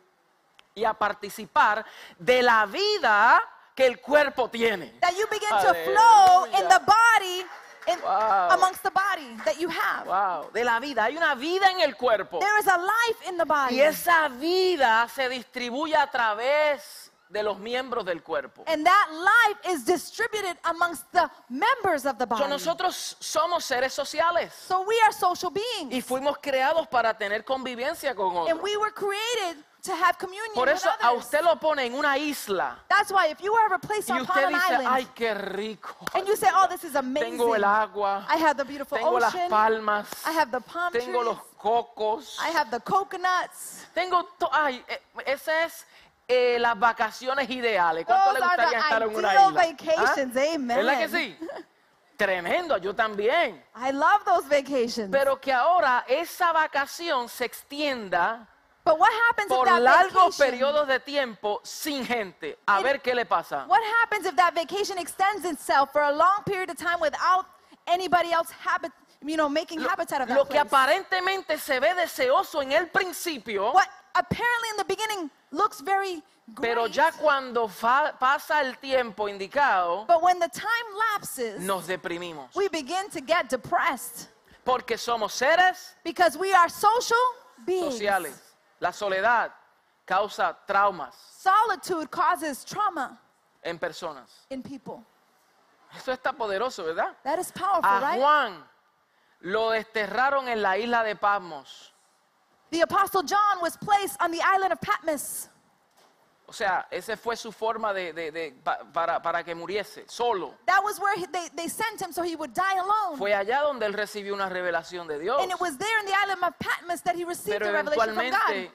[SPEAKER 1] y a participar de la vida que el cuerpo tiene.
[SPEAKER 2] that you begin to flow in
[SPEAKER 1] Aleluya.
[SPEAKER 2] the body, in,
[SPEAKER 1] Wow.
[SPEAKER 2] amongst the body that you have.
[SPEAKER 1] Wow, de la vida. Hay una vida en el cuerpo.
[SPEAKER 2] There is a life in the body,
[SPEAKER 1] Y esa vida se distribuye a través de los miembros del cuerpo.
[SPEAKER 2] And that life is distributed amongst the members of the
[SPEAKER 1] So,
[SPEAKER 2] body.
[SPEAKER 1] nosotros somos seres sociales
[SPEAKER 2] So we are social beings.
[SPEAKER 1] y fuimos creados para tener convivencia con
[SPEAKER 2] And
[SPEAKER 1] otros.
[SPEAKER 2] we were created to have communion
[SPEAKER 1] Por eso
[SPEAKER 2] with
[SPEAKER 1] a
[SPEAKER 2] others.
[SPEAKER 1] usted lo pone en una isla
[SPEAKER 2] That's why if you were ever placed
[SPEAKER 1] y
[SPEAKER 2] upon
[SPEAKER 1] usted
[SPEAKER 2] an
[SPEAKER 1] dice,
[SPEAKER 2] island
[SPEAKER 1] ay, qué rico.
[SPEAKER 2] and you say, oh, this is amazing.
[SPEAKER 1] Tengo el agua,
[SPEAKER 2] I have the beautiful
[SPEAKER 1] tengo las
[SPEAKER 2] ocean.
[SPEAKER 1] palmas,
[SPEAKER 2] I have the palm
[SPEAKER 1] tengo
[SPEAKER 2] trees.
[SPEAKER 1] los cocos,
[SPEAKER 2] I have the coconuts.
[SPEAKER 1] tengo... to- Ay, eh, esa es eh, las vacaciones ideales. ¿Cuánto
[SPEAKER 2] Those
[SPEAKER 1] le
[SPEAKER 2] are
[SPEAKER 1] gustaría
[SPEAKER 2] the
[SPEAKER 1] estar en una
[SPEAKER 2] ideal
[SPEAKER 1] isla? ¿Ah?
[SPEAKER 2] vacations, amen.
[SPEAKER 1] ¿Verdad que sí? Tremendo, yo también.
[SPEAKER 2] I love those vacations.
[SPEAKER 1] Pero que ahora esa vacación se extienda
[SPEAKER 2] but what happens if
[SPEAKER 1] por
[SPEAKER 2] that
[SPEAKER 1] largos
[SPEAKER 2] vacation?
[SPEAKER 1] periodos de tiempo sin gente. A
[SPEAKER 2] It-
[SPEAKER 1] ver qué le pasa.
[SPEAKER 2] What happens if that vacation extends itself for a long period of time without anybody else habit, you know, making
[SPEAKER 1] Lo,
[SPEAKER 2] habitat of that
[SPEAKER 1] lo que
[SPEAKER 2] place?
[SPEAKER 1] aparentemente se ve deseoso en el principio,
[SPEAKER 2] What apparently in the beginning looks very great,
[SPEAKER 1] pero ya cuando fa- pasa el tiempo indicado,
[SPEAKER 2] but when the time lapses,
[SPEAKER 1] nos deprimimos.
[SPEAKER 2] we begin to get depressed
[SPEAKER 1] Porque somos seres
[SPEAKER 2] because we are social beings.
[SPEAKER 1] sociales. La soledad causa traumas
[SPEAKER 2] Solitude causes trauma
[SPEAKER 1] en personas.
[SPEAKER 2] in people.
[SPEAKER 1] Eso está poderoso, ¿verdad?
[SPEAKER 2] That is powerful,
[SPEAKER 1] A
[SPEAKER 2] right?
[SPEAKER 1] Ah, Juan lo desterraron en la isla de Patmos.
[SPEAKER 2] The Apostle John was placed on the island of Patmos.
[SPEAKER 1] O sea, esa fue su forma de, de- de- pa- para, para que muriese, solo.
[SPEAKER 2] That was where he- they, they sent him so he would die alone.
[SPEAKER 1] Fue allá donde él recibió una revelación de Dios.
[SPEAKER 2] And it was there in the island of Patmos that he received
[SPEAKER 1] Pero
[SPEAKER 2] the revelation from God.
[SPEAKER 1] eventualmente,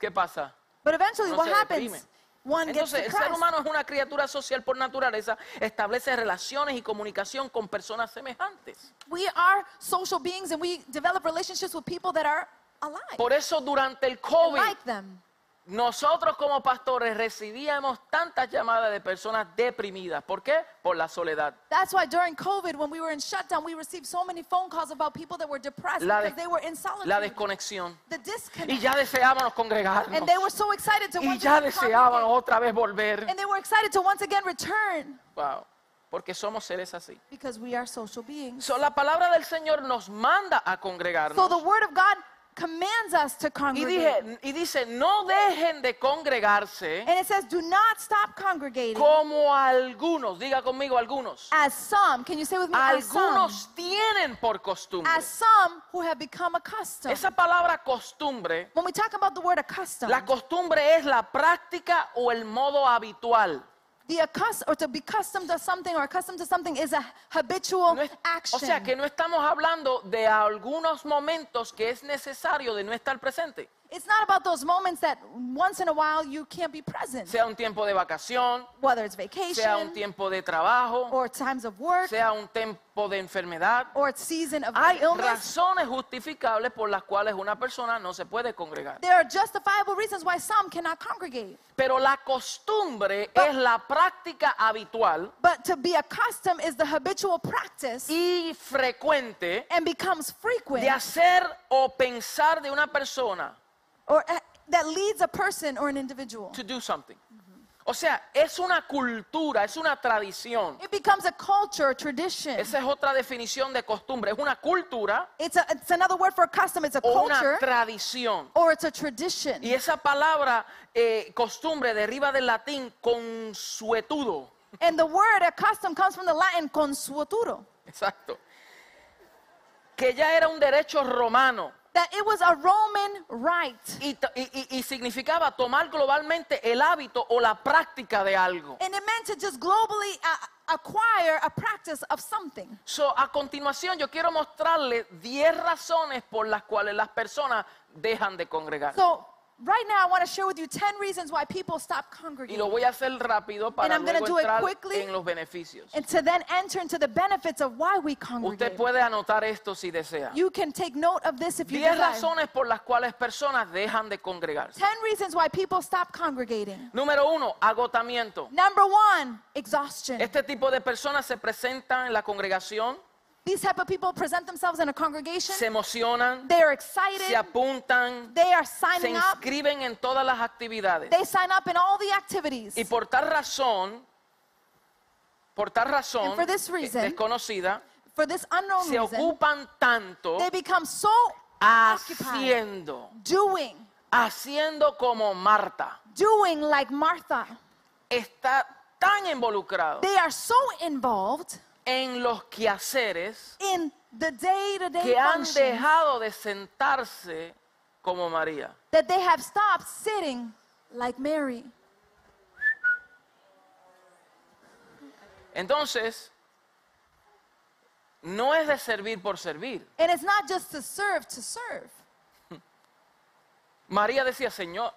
[SPEAKER 1] ¿qué pasa?
[SPEAKER 2] But eventually,
[SPEAKER 1] no
[SPEAKER 2] what
[SPEAKER 1] se
[SPEAKER 2] happens?
[SPEAKER 1] deprime.
[SPEAKER 2] One
[SPEAKER 1] Entonces,
[SPEAKER 2] gets to
[SPEAKER 1] el ser
[SPEAKER 2] Christ.
[SPEAKER 1] humano es una criatura social por naturaleza, establece relaciones y comunicación con personas semejantes.
[SPEAKER 2] We are social beings and we develop relationships with people that are alive,
[SPEAKER 1] Por eso durante el
[SPEAKER 2] and
[SPEAKER 1] COVID,
[SPEAKER 2] like them.
[SPEAKER 1] nosotros como pastores recibíamos tantas llamadas de personas deprimidas. ¿Por qué? Por la soledad.
[SPEAKER 2] That's why during COVID, when we were in shutdown, we received so many phone calls about people that were depressed
[SPEAKER 1] La
[SPEAKER 2] because
[SPEAKER 1] des-
[SPEAKER 2] they were in
[SPEAKER 1] la
[SPEAKER 2] solitude.
[SPEAKER 1] desconexión.
[SPEAKER 2] The
[SPEAKER 1] Y
[SPEAKER 2] disconnect.
[SPEAKER 1] ya deseábamos congregarnos.
[SPEAKER 2] And they were so excited to
[SPEAKER 1] Y
[SPEAKER 2] once
[SPEAKER 1] ya
[SPEAKER 2] again congregate.
[SPEAKER 1] deseábamos otra vez volver.
[SPEAKER 2] And they were excited to once again return
[SPEAKER 1] Wow. Porque somos seres así.
[SPEAKER 2] because we are social beings.
[SPEAKER 1] So, la palabra del Señor nos manda a
[SPEAKER 2] So
[SPEAKER 1] congregarnos.
[SPEAKER 2] the Word of God commands us to
[SPEAKER 1] Y,
[SPEAKER 2] congregate.
[SPEAKER 1] dije, y dice, no dejen de congregarse
[SPEAKER 2] And it says, do not stop congregating.
[SPEAKER 1] como algunos. Diga conmigo algunos.
[SPEAKER 2] As some, can you say with me, as some,
[SPEAKER 1] Algunos tienen por costumbre.
[SPEAKER 2] as some who have become accustomed.
[SPEAKER 1] Esa palabra costumbre,
[SPEAKER 2] When we talk about the word accustomed,
[SPEAKER 1] la costumbre es la práctica o el modo habitual.
[SPEAKER 2] the accust or to be accustomed to something or accustomed to something is a habitual
[SPEAKER 1] No es-
[SPEAKER 2] action.
[SPEAKER 1] o sea que no estamos hablando de algunos momentos que es necesario de no estar presente.
[SPEAKER 2] It's not about those moments that once in a while you can't be present,
[SPEAKER 1] Sea un tiempo de vacación,
[SPEAKER 2] whether it's vacation
[SPEAKER 1] sea un tiempo de trabajo,
[SPEAKER 2] or times of work
[SPEAKER 1] sea un tiempo de enfermedad.
[SPEAKER 2] or season of
[SPEAKER 1] Hay
[SPEAKER 2] illness.
[SPEAKER 1] razones justificables por las cuales una persona no se puede congregar.
[SPEAKER 2] There are justifiable reasons why some cannot congregate.
[SPEAKER 1] Pero la costumbre
[SPEAKER 2] But-
[SPEAKER 1] es la práctica habitual
[SPEAKER 2] But to be accustomed is the habitual practice
[SPEAKER 1] y frecuente
[SPEAKER 2] and becomes frequent
[SPEAKER 1] de hacer o pensar de una persona
[SPEAKER 2] or uh, that leads a person or an individual.
[SPEAKER 1] to do something. O sea, es una cultura, es una tradición.
[SPEAKER 2] It becomes a culture, tradition.
[SPEAKER 1] Esa es otra definición de costumbre. Es una cultura
[SPEAKER 2] It's, a, it's another word for custom. It's a
[SPEAKER 1] o
[SPEAKER 2] culture
[SPEAKER 1] una tradición.
[SPEAKER 2] or it's a tradition.
[SPEAKER 1] Y esa palabra eh, costumbre deriva del latín consuetudo.
[SPEAKER 2] And the word a custom comes from the Latin consueturo,
[SPEAKER 1] Exacto. Que ya era un derecho romano
[SPEAKER 2] that it was a Roman rite.
[SPEAKER 1] y, to- y- y- y significaba tomar globalmente el hábito o la práctica de algo.
[SPEAKER 2] And it meant to just globally uh, acquire a practice of something.
[SPEAKER 1] So, a continuación yo quiero mostrarles 10 razones por las cuales las personas dejan de congregar.
[SPEAKER 2] So, right now, I want to share with you 10 reasons why people stop
[SPEAKER 1] Y
[SPEAKER 2] congregating.
[SPEAKER 1] lo voy a hacer rápido para
[SPEAKER 2] And I'm gonna
[SPEAKER 1] luego
[SPEAKER 2] do it
[SPEAKER 1] entrar
[SPEAKER 2] quickly.
[SPEAKER 1] en los beneficios.
[SPEAKER 2] And to then enter into the benefits of why we
[SPEAKER 1] Usted
[SPEAKER 2] congregate.
[SPEAKER 1] puede anotar esto si desea.
[SPEAKER 2] You can take note of this if you
[SPEAKER 1] 10
[SPEAKER 2] desire.
[SPEAKER 1] razones por las cuales personas dejan de congregarse.
[SPEAKER 2] 10 reasons why people stop congregating.
[SPEAKER 1] Número uno, agotamiento.
[SPEAKER 2] Number one, exhaustion.
[SPEAKER 1] Este tipo de personas se presentan en la congregación,
[SPEAKER 2] These type of people present themselves in a congregation.
[SPEAKER 1] se emocionan,
[SPEAKER 2] They are excited.
[SPEAKER 1] se apuntan,
[SPEAKER 2] They are
[SPEAKER 1] se
[SPEAKER 2] signing up.
[SPEAKER 1] inscriben en todas las actividades.
[SPEAKER 2] They sign up in all the activities.
[SPEAKER 1] Y por tal razón, por tal razón
[SPEAKER 2] And for this
[SPEAKER 1] eh,
[SPEAKER 2] reason,
[SPEAKER 1] desconocida,
[SPEAKER 2] For this unknown
[SPEAKER 1] se
[SPEAKER 2] reason,
[SPEAKER 1] ocupan tanto
[SPEAKER 2] they become so occupied
[SPEAKER 1] haciendo
[SPEAKER 2] doing
[SPEAKER 1] haciendo como Marta.
[SPEAKER 2] doing like Martha.
[SPEAKER 1] Está tan involucrado
[SPEAKER 2] They are so involved
[SPEAKER 1] en los quehaceres
[SPEAKER 2] in the day to day
[SPEAKER 1] que han
[SPEAKER 2] functions
[SPEAKER 1] dejado de sentarse como María.
[SPEAKER 2] that they have stopped sitting like Mary.
[SPEAKER 1] Entonces, no es de servir por servir.
[SPEAKER 2] And it's not just to serve, to serve.
[SPEAKER 1] María decía, Señor,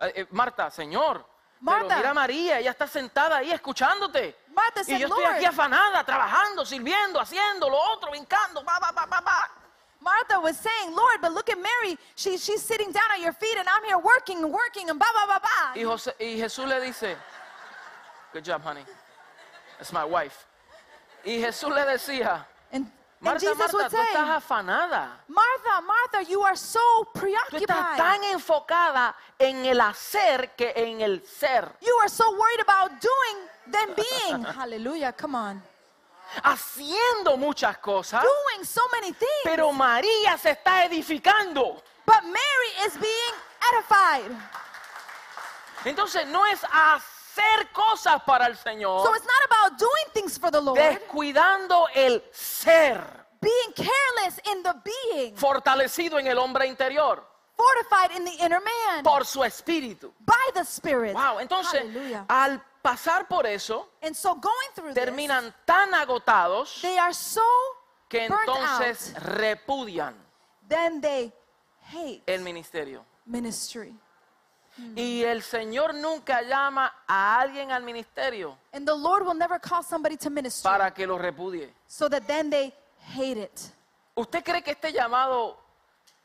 [SPEAKER 1] eh, eh, Marta, Señor,
[SPEAKER 2] Marta.
[SPEAKER 1] pero mira a María, ella está sentada ahí escuchándote.
[SPEAKER 2] Martha
[SPEAKER 1] y
[SPEAKER 2] said,
[SPEAKER 1] yo estoy
[SPEAKER 2] Lord.
[SPEAKER 1] aquí afanada, trabajando, sirviendo, haciendo lo otro, brincando, pa, pa, pa, pa, pa.
[SPEAKER 2] Martha was saying, Lord, but look at Mary. She, she's sitting down at your feet, and I'm here working and working and blah, blah, blah, blah.
[SPEAKER 1] Y, José- y Jesús le dice, good job, honey, that's my wife. Y Jesús le decía,
[SPEAKER 2] And, and
[SPEAKER 1] Marta,
[SPEAKER 2] Jesus
[SPEAKER 1] Marta,
[SPEAKER 2] would
[SPEAKER 1] tú
[SPEAKER 2] say,
[SPEAKER 1] estás afanada.
[SPEAKER 2] Martha, Martha, you are so
[SPEAKER 1] Tú estás tan
[SPEAKER 2] preoccupied.
[SPEAKER 1] enfocada en el hacer que en el ser.
[SPEAKER 2] You are so worried about doing than being. Hallelujah, come on.
[SPEAKER 1] Haciendo muchas cosas,
[SPEAKER 2] Doing so many things.
[SPEAKER 1] pero María se está edificando.
[SPEAKER 2] but Mary is being edified.
[SPEAKER 1] Entonces no es hacer cosas para el
[SPEAKER 2] So
[SPEAKER 1] Señor,
[SPEAKER 2] it's not about doing things for the Lord,
[SPEAKER 1] descuidando el ser,
[SPEAKER 2] being careless in the being,
[SPEAKER 1] fortalecido en el hombre interior
[SPEAKER 2] fortified in the inner man
[SPEAKER 1] por su espíritu.
[SPEAKER 2] by the Spirit.
[SPEAKER 1] Wow, entonces ah,
[SPEAKER 2] Hallelujah.
[SPEAKER 1] al pasar por eso
[SPEAKER 2] And so going through this,
[SPEAKER 1] terminan tan agotados
[SPEAKER 2] they are so
[SPEAKER 1] que
[SPEAKER 2] burnt out,
[SPEAKER 1] entonces repudian
[SPEAKER 2] then they hate
[SPEAKER 1] el ministerio.
[SPEAKER 2] ministry.
[SPEAKER 1] Y el Señor nunca llama a alguien al ministerio
[SPEAKER 2] And the Lord will never call somebody to ministry
[SPEAKER 1] para que lo repudie.
[SPEAKER 2] so that then they hate it.
[SPEAKER 1] ¿Usted cree que este llamado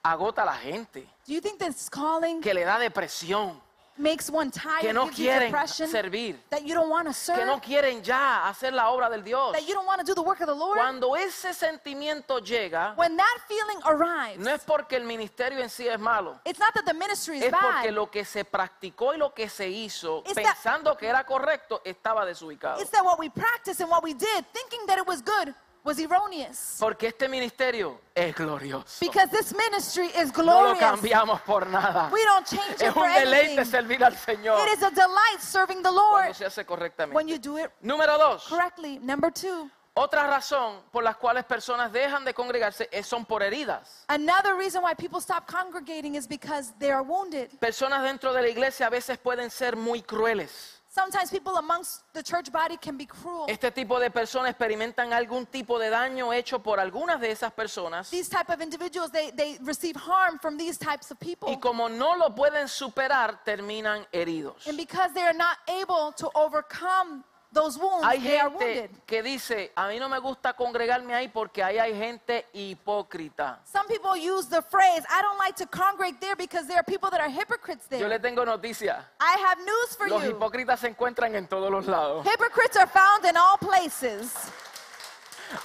[SPEAKER 1] agota a la gente?
[SPEAKER 2] Do you think this calling
[SPEAKER 1] Que le da depresión,
[SPEAKER 2] makes one tired,
[SPEAKER 1] que no
[SPEAKER 2] gives you
[SPEAKER 1] quieren
[SPEAKER 2] depression,
[SPEAKER 1] servir,
[SPEAKER 2] that you don't want to serve,
[SPEAKER 1] que no quieren ya hacer la obra del Dios.
[SPEAKER 2] that you don't want to do the work of the Lord?
[SPEAKER 1] Cuando ese sentimiento llega,
[SPEAKER 2] When that feeling arrives,
[SPEAKER 1] no es porque el ministerio en sí es malo,
[SPEAKER 2] it's not that the ministry is
[SPEAKER 1] es porque
[SPEAKER 2] bad.
[SPEAKER 1] lo que se practicó y lo que se hizo
[SPEAKER 2] It's that-
[SPEAKER 1] pensando que era correcto estaba desubicado.
[SPEAKER 2] It's that what we practiced and what we did, thinking that it was good, was erroneous.
[SPEAKER 1] Porque este ministerio es glorioso.
[SPEAKER 2] Because this ministry is
[SPEAKER 1] No lo
[SPEAKER 2] glorious.
[SPEAKER 1] cambiamos por nada.
[SPEAKER 2] We don't change it
[SPEAKER 1] Es
[SPEAKER 2] for
[SPEAKER 1] un deleite
[SPEAKER 2] anything.
[SPEAKER 1] servir al Señor
[SPEAKER 2] It is a delight serving the Lord
[SPEAKER 1] cuando se hace
[SPEAKER 2] when
[SPEAKER 1] correctamente.
[SPEAKER 2] you do it
[SPEAKER 1] Número dos,
[SPEAKER 2] correctly. Number two,
[SPEAKER 1] otra razón por las cuales personas dejan de congregarse es- son por heridas.
[SPEAKER 2] another reason why people stop congregating is because they are wounded.
[SPEAKER 1] Personas dentro de la iglesia a veces pueden ser muy crueles.
[SPEAKER 2] Sometimes people amongst the church body can be cruel.
[SPEAKER 1] Este tipo de personas experimentan algún tipo de daño hecho por algunas de esas personas
[SPEAKER 2] These type of individuals, they, they receive harm from these types of
[SPEAKER 1] y
[SPEAKER 2] people.
[SPEAKER 1] como no lo pueden superar terminan heridos.
[SPEAKER 2] And because they are not able to overcome those wounds,
[SPEAKER 1] Hay
[SPEAKER 2] they are wounded.
[SPEAKER 1] gente que dice, a mí no me gusta congregarme ahí porque ahí hay gente hipócrita.
[SPEAKER 2] Some people use the phrase, I don't like to congregate there because there are people that are hypocrites
[SPEAKER 1] Yo le
[SPEAKER 2] there.
[SPEAKER 1] tengo noticia.
[SPEAKER 2] I have news for
[SPEAKER 1] Los
[SPEAKER 2] you.
[SPEAKER 1] hipócritas se encuentran en todos los lados.
[SPEAKER 2] Hypocrites are found in all places.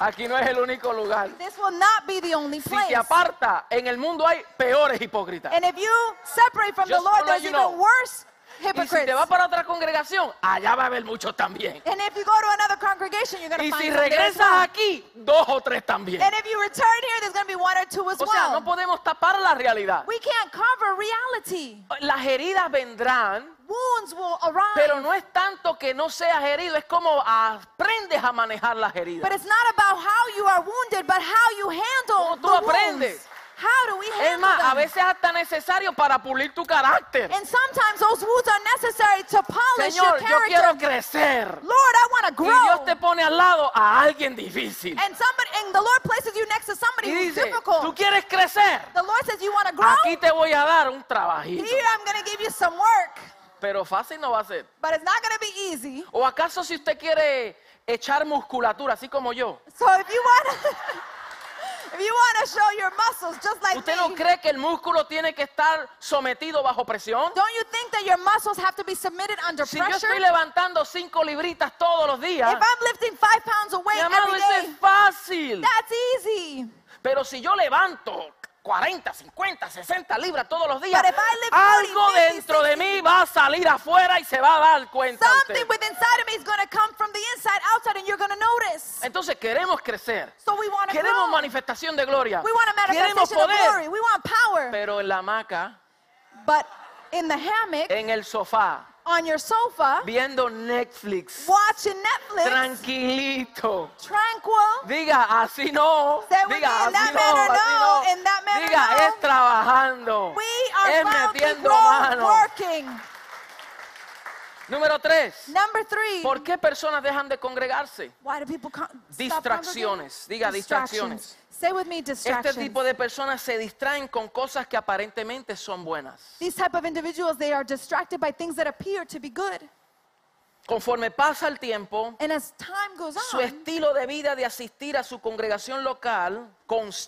[SPEAKER 1] Aquí no es el único lugar.
[SPEAKER 2] This will not be the only
[SPEAKER 1] Si
[SPEAKER 2] place.
[SPEAKER 1] te aparta, en el mundo hay peores hipócritas.
[SPEAKER 2] And if you separate from the
[SPEAKER 1] Just
[SPEAKER 2] Lord,
[SPEAKER 1] to let
[SPEAKER 2] there's
[SPEAKER 1] you
[SPEAKER 2] even
[SPEAKER 1] know.
[SPEAKER 2] worse
[SPEAKER 1] Y si
[SPEAKER 2] hypocrites.
[SPEAKER 1] te vas para otra congregación, allá va a haber muchos también.
[SPEAKER 2] And if you go to another congregation, you're going to
[SPEAKER 1] Y
[SPEAKER 2] find
[SPEAKER 1] si
[SPEAKER 2] some there as
[SPEAKER 1] regresas
[SPEAKER 2] well.
[SPEAKER 1] aquí, dos o tres también.
[SPEAKER 2] And if you return here, there's going to be one or two as
[SPEAKER 1] O sea, no
[SPEAKER 2] well.
[SPEAKER 1] podemos tapar la realidad.
[SPEAKER 2] we can't cover reality.
[SPEAKER 1] Las heridas vendrán,
[SPEAKER 2] Wounds will arise.
[SPEAKER 1] pero no es tanto que no seas herido, es como aprendes a manejar las heridas.
[SPEAKER 2] but it's not about how you are wounded, but how you handle
[SPEAKER 1] Como tú
[SPEAKER 2] the
[SPEAKER 1] aprendes.
[SPEAKER 2] wounds. How do we
[SPEAKER 1] Es
[SPEAKER 2] handle
[SPEAKER 1] más, a
[SPEAKER 2] them?
[SPEAKER 1] veces hasta necesario para pulir tu carácter.
[SPEAKER 2] And sometimes those wounds are necessary to polish
[SPEAKER 1] Señor,
[SPEAKER 2] your
[SPEAKER 1] yo quiero
[SPEAKER 2] character.
[SPEAKER 1] crecer.
[SPEAKER 2] Lord, I want to
[SPEAKER 1] Y
[SPEAKER 2] grow.
[SPEAKER 1] Dios te pone al lado a alguien difícil.
[SPEAKER 2] And somebody, and the Lord places you next to somebody
[SPEAKER 1] Y
[SPEAKER 2] who's
[SPEAKER 1] dice, tú
[SPEAKER 2] difficult.
[SPEAKER 1] quieres crecer.
[SPEAKER 2] The Lord says you want to grow.
[SPEAKER 1] Aquí te voy a dar un trabajito.
[SPEAKER 2] Here I'm going to give you some work,
[SPEAKER 1] Pero fácil no va a ser.
[SPEAKER 2] but it's not going to be easy.
[SPEAKER 1] ¿O acaso si usted quiere echar musculatura, así como yo?
[SPEAKER 2] So if you want to, if you want to show your muscles just like
[SPEAKER 1] ¿Usted
[SPEAKER 2] me,
[SPEAKER 1] no cree que el músculo tiene que estar sometido bajo presión?
[SPEAKER 2] don't you think that your muscles have to be submitted under
[SPEAKER 1] Si yo
[SPEAKER 2] pressure?
[SPEAKER 1] estoy levantando cinco libritas todos los días,
[SPEAKER 2] if I'm lifting five pounds of
[SPEAKER 1] mi
[SPEAKER 2] weight
[SPEAKER 1] amado,
[SPEAKER 2] every
[SPEAKER 1] eso
[SPEAKER 2] day,
[SPEAKER 1] es fácil.
[SPEAKER 2] that's easy.
[SPEAKER 1] Pero si yo levanto 40, 50, 60 libras todos los días,
[SPEAKER 2] But if I lift
[SPEAKER 1] algo
[SPEAKER 2] 40, 50,
[SPEAKER 1] dentro de mí va a salir afuera y se va a dar cuenta.
[SPEAKER 2] Something
[SPEAKER 1] usted.
[SPEAKER 2] with inside of me is going to come from the inside outside, and you're going to notice.
[SPEAKER 1] Entonces queremos crecer.
[SPEAKER 2] So we want to
[SPEAKER 1] Queremos
[SPEAKER 2] grow.
[SPEAKER 1] manifestación de gloria.
[SPEAKER 2] We want a
[SPEAKER 1] Queremos
[SPEAKER 2] manifestation of
[SPEAKER 1] poder.
[SPEAKER 2] glory. We want power.
[SPEAKER 1] Pero en la hamaca
[SPEAKER 2] But in the hammock,
[SPEAKER 1] en el sofá,
[SPEAKER 2] on your sofa,
[SPEAKER 1] viendo Netflix,
[SPEAKER 2] watching Netflix,
[SPEAKER 1] tranquilito.
[SPEAKER 2] tranquil,
[SPEAKER 1] Diga, así no.
[SPEAKER 2] Say with me,
[SPEAKER 1] Diga,
[SPEAKER 2] in that
[SPEAKER 1] así no,
[SPEAKER 2] manner,
[SPEAKER 1] así
[SPEAKER 2] no,
[SPEAKER 1] no.
[SPEAKER 2] in that manner,
[SPEAKER 1] Diga,
[SPEAKER 2] no.
[SPEAKER 1] es trabajando.
[SPEAKER 2] we are
[SPEAKER 1] es
[SPEAKER 2] found to
[SPEAKER 1] metiendo
[SPEAKER 2] grow
[SPEAKER 1] mano.
[SPEAKER 2] working.
[SPEAKER 1] Número tres.
[SPEAKER 2] Number three,
[SPEAKER 1] ¿Por qué personas dejan de congregarse? Este
[SPEAKER 2] why do people con- stop
[SPEAKER 1] Distracciones.
[SPEAKER 2] congregating?
[SPEAKER 1] Diga, distracciones.
[SPEAKER 2] Say with me,
[SPEAKER 1] Este
[SPEAKER 2] distractions.
[SPEAKER 1] tipo de personas se distraen con cosas que aparentemente son buenas.
[SPEAKER 2] These type of individuals, they are distracted by things that appear to be good.
[SPEAKER 1] Conforme pasa el tiempo,
[SPEAKER 2] And as time goes
[SPEAKER 1] su
[SPEAKER 2] on,
[SPEAKER 1] estilo de vida de asistir a su congregación local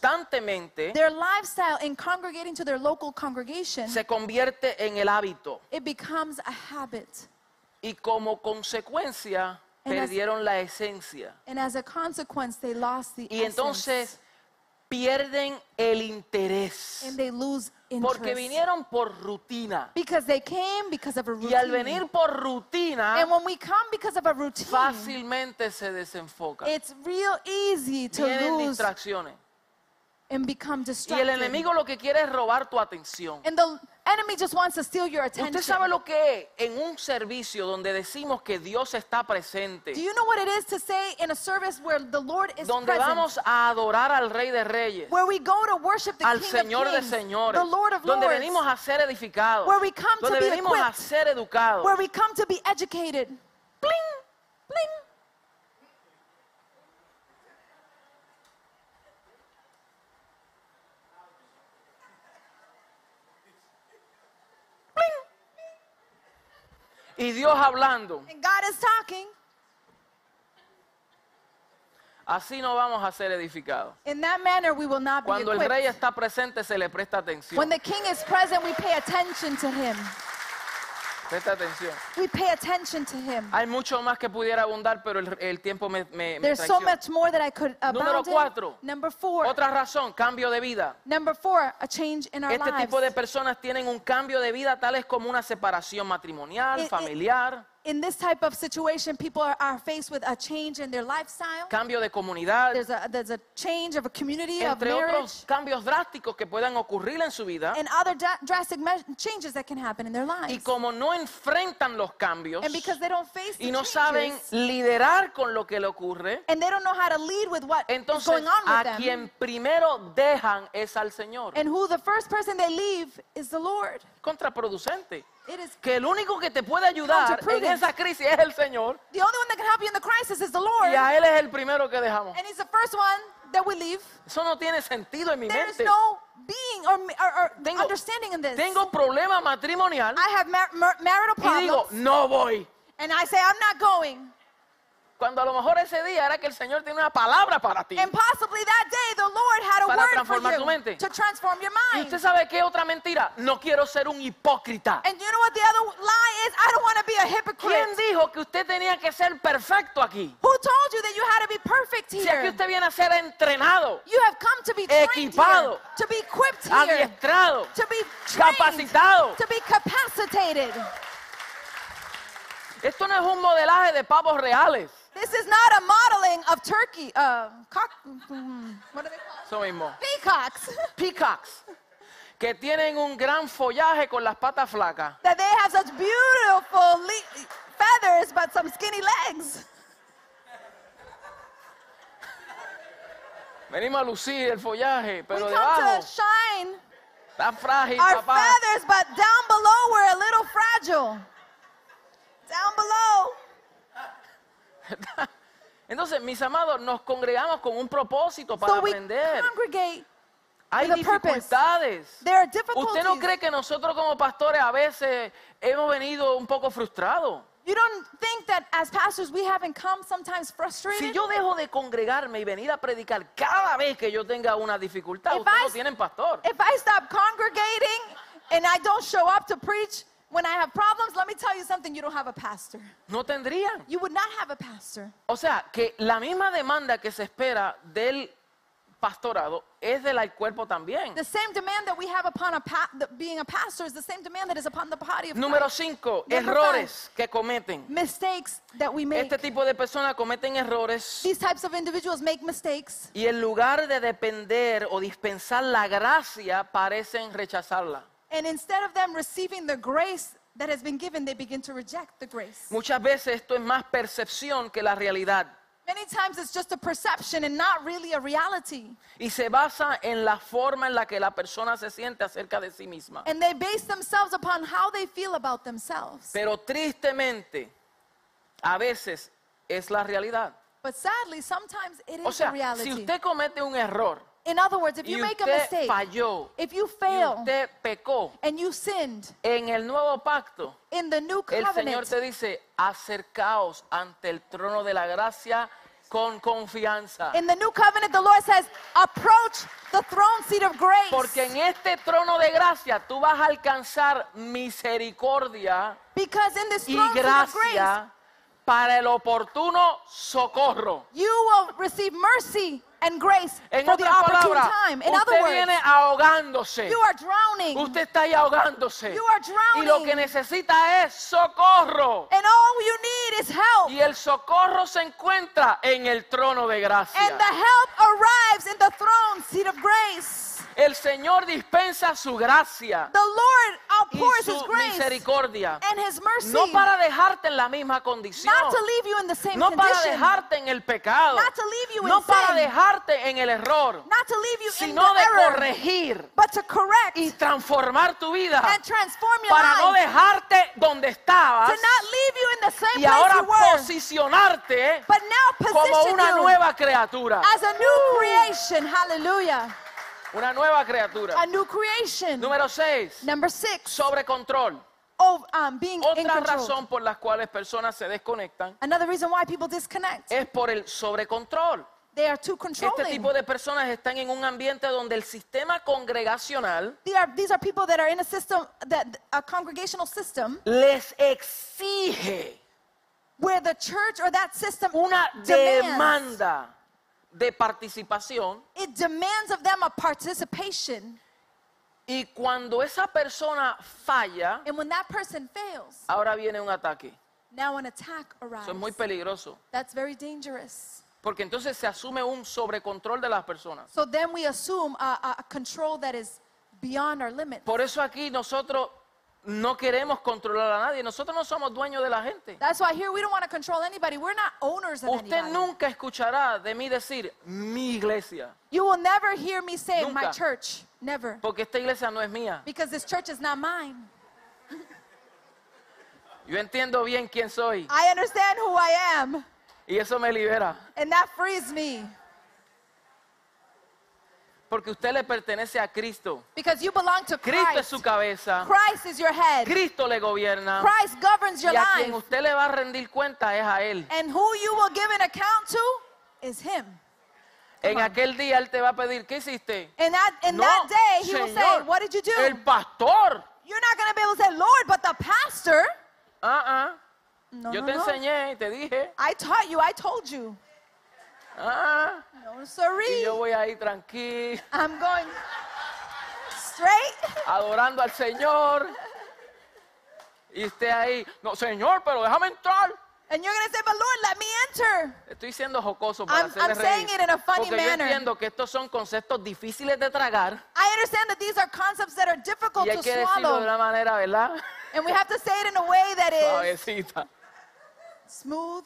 [SPEAKER 1] constantemente
[SPEAKER 2] their lifestyle in congregating to their local congregation,
[SPEAKER 1] se convierte en el hábito
[SPEAKER 2] it becomes a habit.
[SPEAKER 1] y como consecuencia
[SPEAKER 2] And as-
[SPEAKER 1] perdieron la esencia.
[SPEAKER 2] And as a consequence, they lost the
[SPEAKER 1] Y
[SPEAKER 2] essence.
[SPEAKER 1] entonces pierden el interés.
[SPEAKER 2] And they lose interest.
[SPEAKER 1] Porque vinieron por rutina.
[SPEAKER 2] because they came because of a routine.
[SPEAKER 1] Y al venir por
[SPEAKER 2] and
[SPEAKER 1] rutina,
[SPEAKER 2] when we come because of a routine,
[SPEAKER 1] fácilmente se desenfocan.
[SPEAKER 2] it's real easy to
[SPEAKER 1] Tienen
[SPEAKER 2] lose
[SPEAKER 1] distracciones.
[SPEAKER 2] and become
[SPEAKER 1] Y
[SPEAKER 2] distracted.
[SPEAKER 1] el enemigo lo que quiere es robar tu atención.
[SPEAKER 2] and the enemy just wants to steal your attention.
[SPEAKER 1] Usted sabe lo que es en un servicio donde decimos que Dios está presente,
[SPEAKER 2] Do you know what it is to say in a service where the Lord is
[SPEAKER 1] donde
[SPEAKER 2] present?
[SPEAKER 1] vamos a adorar al Rey de Reyes,
[SPEAKER 2] where we go to worship the
[SPEAKER 1] al
[SPEAKER 2] King
[SPEAKER 1] Señor
[SPEAKER 2] of
[SPEAKER 1] de
[SPEAKER 2] Kings,
[SPEAKER 1] Señores,
[SPEAKER 2] the Lord of
[SPEAKER 1] donde
[SPEAKER 2] Lords,
[SPEAKER 1] venimos a ser edificados,
[SPEAKER 2] where we come to
[SPEAKER 1] donde
[SPEAKER 2] be
[SPEAKER 1] venimos a
[SPEAKER 2] equipped,
[SPEAKER 1] ser educados.
[SPEAKER 2] where we come to be educated. Bling, bling.
[SPEAKER 1] Y Dios hablando,
[SPEAKER 2] And God is talking.
[SPEAKER 1] así no vamos a ser edificados.
[SPEAKER 2] In that manner, we will not be
[SPEAKER 1] Cuando el
[SPEAKER 2] equipped.
[SPEAKER 1] Rey está presente se le presta
[SPEAKER 2] when
[SPEAKER 1] atención.
[SPEAKER 2] the King is present, we pay attention to Him.
[SPEAKER 1] Presta atención.
[SPEAKER 2] We pay attention to Him.
[SPEAKER 1] Hay mucho más que pudiera abundar, pero el, el tiempo me, me, me
[SPEAKER 2] There's so
[SPEAKER 1] traiciona.
[SPEAKER 2] much more that I could
[SPEAKER 1] Número
[SPEAKER 2] abound in.
[SPEAKER 1] cuatro.
[SPEAKER 2] Number four.
[SPEAKER 1] Otra razón, cambio de vida.
[SPEAKER 2] Number four, a change in our
[SPEAKER 1] Este
[SPEAKER 2] lives.
[SPEAKER 1] tipo de personas tienen un cambio de vida tales como una separación matrimonial,
[SPEAKER 2] It- it-
[SPEAKER 1] familiar,
[SPEAKER 2] in this type of situation, people are, are faced with a change in their lifestyle.
[SPEAKER 1] cambio de comunidad,
[SPEAKER 2] There's a, there's a change of a community of
[SPEAKER 1] entre
[SPEAKER 2] marriage.
[SPEAKER 1] otros cambios drásticos que puedan ocurrir en su vida.
[SPEAKER 2] and other dra- drastic meas- changes that can happen in their lives.
[SPEAKER 1] Y como no enfrentan los cambios
[SPEAKER 2] and because they don't face
[SPEAKER 1] y
[SPEAKER 2] the
[SPEAKER 1] no
[SPEAKER 2] changes,
[SPEAKER 1] saben liderar con lo que le ocurre,
[SPEAKER 2] and they don't know how to lead with what is
[SPEAKER 1] entonces
[SPEAKER 2] going on with
[SPEAKER 1] a
[SPEAKER 2] them.
[SPEAKER 1] quien primero dejan es al Señor.
[SPEAKER 2] and who the first person they leave is the Lord.
[SPEAKER 1] Contraproducente.
[SPEAKER 2] It is
[SPEAKER 1] Que el único que te puede ayudar en
[SPEAKER 2] Counterproductive.
[SPEAKER 1] esa crisis es el Señor
[SPEAKER 2] the only one that can help you in the crisis is the Lord,
[SPEAKER 1] y a Él es el primero que dejamos.
[SPEAKER 2] and He's the first one that we leave.
[SPEAKER 1] Eso no tiene sentido en mi
[SPEAKER 2] There is
[SPEAKER 1] mente.
[SPEAKER 2] no being or, m- or, or
[SPEAKER 1] Tengo-
[SPEAKER 2] understanding in this.
[SPEAKER 1] Tengo problema matrimonial
[SPEAKER 2] I have mar- mar- marital
[SPEAKER 1] y digo,
[SPEAKER 2] problems,
[SPEAKER 1] no voy.
[SPEAKER 2] and I say I'm not going.
[SPEAKER 1] Cuando a lo mejor ese día era que el Señor tiene una palabra para ti.
[SPEAKER 2] And possibly that day, the Lord had a
[SPEAKER 1] Para
[SPEAKER 2] word
[SPEAKER 1] transformar tu
[SPEAKER 2] for you
[SPEAKER 1] mente.
[SPEAKER 2] to transform your
[SPEAKER 1] ¿Y
[SPEAKER 2] mind.
[SPEAKER 1] usted sabe qué otra mentira? No quiero ser un hipócrita.
[SPEAKER 2] And you know what the other lie is? I don't want to be a
[SPEAKER 1] ¿Quién
[SPEAKER 2] hypocrite.
[SPEAKER 1] dijo que usted tenía que ser perfecto aquí?
[SPEAKER 2] Who told you that you had to be perfect
[SPEAKER 1] Si aquí
[SPEAKER 2] here?
[SPEAKER 1] usted viene a ser entrenado,
[SPEAKER 2] You have come to be trained here,
[SPEAKER 1] Equipado.
[SPEAKER 2] to be equipped here,
[SPEAKER 1] adiestrado,
[SPEAKER 2] to be trained,
[SPEAKER 1] capacitado.
[SPEAKER 2] to be capacitated.
[SPEAKER 1] Esto no es un modelaje de pavos reales.
[SPEAKER 2] This is not a modeling of turkey, uh, cock, mm, what are they called?
[SPEAKER 1] Eso mismo.
[SPEAKER 2] Peacocks.
[SPEAKER 1] Peacocks. Que tienen un gran follaje con las patas flacas.
[SPEAKER 2] that they have such beautiful le- feathers but some skinny legs.
[SPEAKER 1] Venimos a lucir el follaje, pero
[SPEAKER 2] we come
[SPEAKER 1] debajo
[SPEAKER 2] to shine
[SPEAKER 1] está frágil,
[SPEAKER 2] our
[SPEAKER 1] papá.
[SPEAKER 2] feathers, but down below we're a little fragile. Down below.
[SPEAKER 1] Entonces, mis amados, nos congregamos con un propósito para
[SPEAKER 2] So we
[SPEAKER 1] aprender.
[SPEAKER 2] congregate.
[SPEAKER 1] Hay
[SPEAKER 2] with a purpose.
[SPEAKER 1] dificultades.
[SPEAKER 2] There are
[SPEAKER 1] ¿Usted no
[SPEAKER 2] difficulties.
[SPEAKER 1] cree que nosotros como pastores a veces hemos venido un poco frustrados?
[SPEAKER 2] You don't think that as pastors we haven't come sometimes frustrated?
[SPEAKER 1] Si yo dejo de congregarme y venir a predicar cada vez que yo tenga una dificultad,
[SPEAKER 2] If
[SPEAKER 1] ustedes
[SPEAKER 2] I-
[SPEAKER 1] no tienen pastor.
[SPEAKER 2] If I stop congregating and I don't show up to preach when I have problems, let me tell you something, you don't have a pastor.
[SPEAKER 1] No tendrían.
[SPEAKER 2] You would not have a pastor.
[SPEAKER 1] O sea, que la misma demanda que se espera del pastorado es del al cuerpo también.
[SPEAKER 2] The same demand that we have upon a pa- the, being a pastor is the same demand that is upon the body of
[SPEAKER 1] Número
[SPEAKER 2] Christ.
[SPEAKER 1] 5,
[SPEAKER 2] Number five.
[SPEAKER 1] errores que cometen.
[SPEAKER 2] Mistakes that we make.
[SPEAKER 1] Este tipo de personas cometen errores
[SPEAKER 2] These types of individuals make mistakes.
[SPEAKER 1] y en lugar de depender o dispensar la gracia, parecen rechazarla.
[SPEAKER 2] And instead of them receiving the grace that has been given, they begin to reject the grace.
[SPEAKER 1] Muchas veces esto es más percepción que la realidad
[SPEAKER 2] Many times it's just a perception and not really a reality.
[SPEAKER 1] y se basa en la forma en la que la persona se siente acerca de sí misma.
[SPEAKER 2] And they base themselves upon how they feel about themselves.
[SPEAKER 1] Pero tristemente, a veces es la realidad.
[SPEAKER 2] But sadly, sometimes it
[SPEAKER 1] O
[SPEAKER 2] is a
[SPEAKER 1] sea, si
[SPEAKER 2] reality.
[SPEAKER 1] usted comete un error
[SPEAKER 2] In other words, if
[SPEAKER 1] y
[SPEAKER 2] you make a
[SPEAKER 1] usted
[SPEAKER 2] mistake,
[SPEAKER 1] falló,
[SPEAKER 2] if you
[SPEAKER 1] y
[SPEAKER 2] fail,
[SPEAKER 1] usted pecó,
[SPEAKER 2] and you sinned
[SPEAKER 1] en el nuevo pacto,
[SPEAKER 2] in the new
[SPEAKER 1] el Señor
[SPEAKER 2] covenant,
[SPEAKER 1] te dice, acercaos ante el trono de la gracia con confianza.
[SPEAKER 2] in the new covenant, the Lord says, approach the throne seat of grace.
[SPEAKER 1] Porque en este trono de gracia tú vas a alcanzar misericordia
[SPEAKER 2] because in this
[SPEAKER 1] y
[SPEAKER 2] throne seat of grace,
[SPEAKER 1] gracia para el oportuno socorro.
[SPEAKER 2] you will receive mercy and grace
[SPEAKER 1] En
[SPEAKER 2] for the
[SPEAKER 1] otras
[SPEAKER 2] opportune
[SPEAKER 1] palabras,
[SPEAKER 2] time. In other
[SPEAKER 1] usted
[SPEAKER 2] words,
[SPEAKER 1] viene ahogándose.
[SPEAKER 2] you are drowning.
[SPEAKER 1] Usted está ahí ahogándose.
[SPEAKER 2] You are
[SPEAKER 1] Y lo
[SPEAKER 2] drowning.
[SPEAKER 1] que necesita es socorro.
[SPEAKER 2] And all you need is help.
[SPEAKER 1] Y el socorro se encuentra en el trono de gracia.
[SPEAKER 2] And the help arrives in the throne seat of grace.
[SPEAKER 1] El Señor dispensa su gracia
[SPEAKER 2] The Lord
[SPEAKER 1] y
[SPEAKER 2] outpours His
[SPEAKER 1] su
[SPEAKER 2] grace
[SPEAKER 1] misericordia.
[SPEAKER 2] and His mercy.
[SPEAKER 1] No para dejarte en la misma condición.
[SPEAKER 2] not to leave you in the same
[SPEAKER 1] No para
[SPEAKER 2] condition.
[SPEAKER 1] dejarte en el pecado.
[SPEAKER 2] Not to leave you in
[SPEAKER 1] No para
[SPEAKER 2] sin.
[SPEAKER 1] dejarte en el error.
[SPEAKER 2] not to leave you in the
[SPEAKER 1] Sino de
[SPEAKER 2] error,
[SPEAKER 1] corregir
[SPEAKER 2] but to correct
[SPEAKER 1] y transformar tu vida.
[SPEAKER 2] and transform your
[SPEAKER 1] Para no
[SPEAKER 2] life.
[SPEAKER 1] dejarte donde estabas
[SPEAKER 2] to not leave you in the
[SPEAKER 1] y
[SPEAKER 2] same place
[SPEAKER 1] ahora
[SPEAKER 2] you were,
[SPEAKER 1] posicionarte
[SPEAKER 2] but now
[SPEAKER 1] como
[SPEAKER 2] position
[SPEAKER 1] una
[SPEAKER 2] you
[SPEAKER 1] nueva criatura.
[SPEAKER 2] as a new creation. Hallelujah.
[SPEAKER 1] Una nueva criatura.
[SPEAKER 2] A new creation.
[SPEAKER 1] Número 6.
[SPEAKER 2] Number six,
[SPEAKER 1] Sobre control.
[SPEAKER 2] of um, being in
[SPEAKER 1] Otra
[SPEAKER 2] control.
[SPEAKER 1] razón por las cuales personas se desconectan
[SPEAKER 2] Another reason why people disconnect.
[SPEAKER 1] es por el sobrecontrol.
[SPEAKER 2] They are too
[SPEAKER 1] Eh, Este
[SPEAKER 2] controlling.
[SPEAKER 1] tipo de personas están en un ambiente donde el sistema congregacional
[SPEAKER 2] They are, these are people that are in a system, that a congregational system,
[SPEAKER 1] les exige
[SPEAKER 2] where the church or that system
[SPEAKER 1] una
[SPEAKER 2] demands.
[SPEAKER 1] demanda de participación
[SPEAKER 2] It demands of them a participation.
[SPEAKER 1] y cuando esa persona falla,
[SPEAKER 2] And when that person fails,
[SPEAKER 1] ahora viene un ataque.
[SPEAKER 2] now an attack arrives.
[SPEAKER 1] Eso es muy peligroso.
[SPEAKER 2] That's very dangerous.
[SPEAKER 1] Porque entonces se asume un sobrecontrol de las personas.
[SPEAKER 2] So then we assume a, a- a control that is beyond our limit.
[SPEAKER 1] Por eso aquí nosotros no queremos controlar a nadie. Nosotros no somos dueños de la gente.
[SPEAKER 2] That's why here we don't want to control anybody. We're not owners of
[SPEAKER 1] Usted
[SPEAKER 2] anybody.
[SPEAKER 1] nunca escuchará de mí decir mi iglesia,
[SPEAKER 2] You will never hear me say my
[SPEAKER 1] Nunca.
[SPEAKER 2] church. Never.
[SPEAKER 1] porque esta iglesia no es mía.
[SPEAKER 2] Because this church is not mine.
[SPEAKER 1] Yo entiendo bien quién soy
[SPEAKER 2] I understand who I am.
[SPEAKER 1] y eso me libera,
[SPEAKER 2] And that frees me.
[SPEAKER 1] porque usted le pertenece a Cristo.
[SPEAKER 2] Because you belong to
[SPEAKER 1] Cristo es
[SPEAKER 2] Christ.
[SPEAKER 1] su cabeza,
[SPEAKER 2] Christ is your head.
[SPEAKER 1] Cristo le gobierna
[SPEAKER 2] Christ governs your
[SPEAKER 1] y a quien
[SPEAKER 2] life.
[SPEAKER 1] usted le va a rendir cuenta es a Él.
[SPEAKER 2] And who you will give an account to is Him.
[SPEAKER 1] En aquel día Él te va a pedir, ¿qué hiciste?
[SPEAKER 2] And that, in
[SPEAKER 1] No,
[SPEAKER 2] that day, He will say,
[SPEAKER 1] Señor,
[SPEAKER 2] What did you do?
[SPEAKER 1] el pastor.
[SPEAKER 2] You're not going to be able to say, Lord, but the pastor.
[SPEAKER 1] Ah, ah.
[SPEAKER 2] No,
[SPEAKER 1] Yo
[SPEAKER 2] no,
[SPEAKER 1] te
[SPEAKER 2] no.
[SPEAKER 1] enseñé y te dije,
[SPEAKER 2] I taught you. I told you.
[SPEAKER 1] ah,
[SPEAKER 2] No,
[SPEAKER 1] y
[SPEAKER 2] sorry.
[SPEAKER 1] yo voy ahí tranquilo,
[SPEAKER 2] I'm going straight.
[SPEAKER 1] adorando al Señor. Y usted ahí, no, Señor, pero déjame entrar.
[SPEAKER 2] And you're going to say, But Lord, let me enter.
[SPEAKER 1] Estoy siendo jocoso para
[SPEAKER 2] I'm-
[SPEAKER 1] hacerle
[SPEAKER 2] I'm saying
[SPEAKER 1] reír.
[SPEAKER 2] it in a funny
[SPEAKER 1] porque yo
[SPEAKER 2] manner.
[SPEAKER 1] entiendo que estos son conceptos difíciles de tragar
[SPEAKER 2] I understand that these are concepts that are difficult
[SPEAKER 1] y hay
[SPEAKER 2] to
[SPEAKER 1] que decirlo de
[SPEAKER 2] swallow.
[SPEAKER 1] una manera, ¿verdad?
[SPEAKER 2] And we have to say it in a way that is
[SPEAKER 1] Suavecita.
[SPEAKER 2] smooth,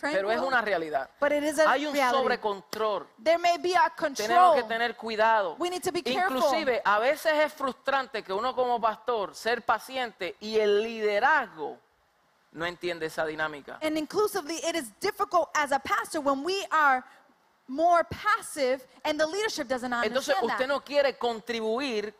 [SPEAKER 1] Pero es una
[SPEAKER 2] tranquil.
[SPEAKER 1] realidad.
[SPEAKER 2] But it is a
[SPEAKER 1] Hay un
[SPEAKER 2] reality.
[SPEAKER 1] sobrecontrol.
[SPEAKER 2] There may be a
[SPEAKER 1] Tenemos
[SPEAKER 2] control.
[SPEAKER 1] que tener cuidado.
[SPEAKER 2] We need to be careful.
[SPEAKER 1] Inclusive, a veces es frustrante que uno como pastor ser paciente y el liderazgo no entiende esa dinámica.
[SPEAKER 2] And inclusively, it is difficult as a pastor when we are more passive and the leadership doesn't
[SPEAKER 1] Entonces,
[SPEAKER 2] understand
[SPEAKER 1] usted
[SPEAKER 2] that.
[SPEAKER 1] no quiere contribuir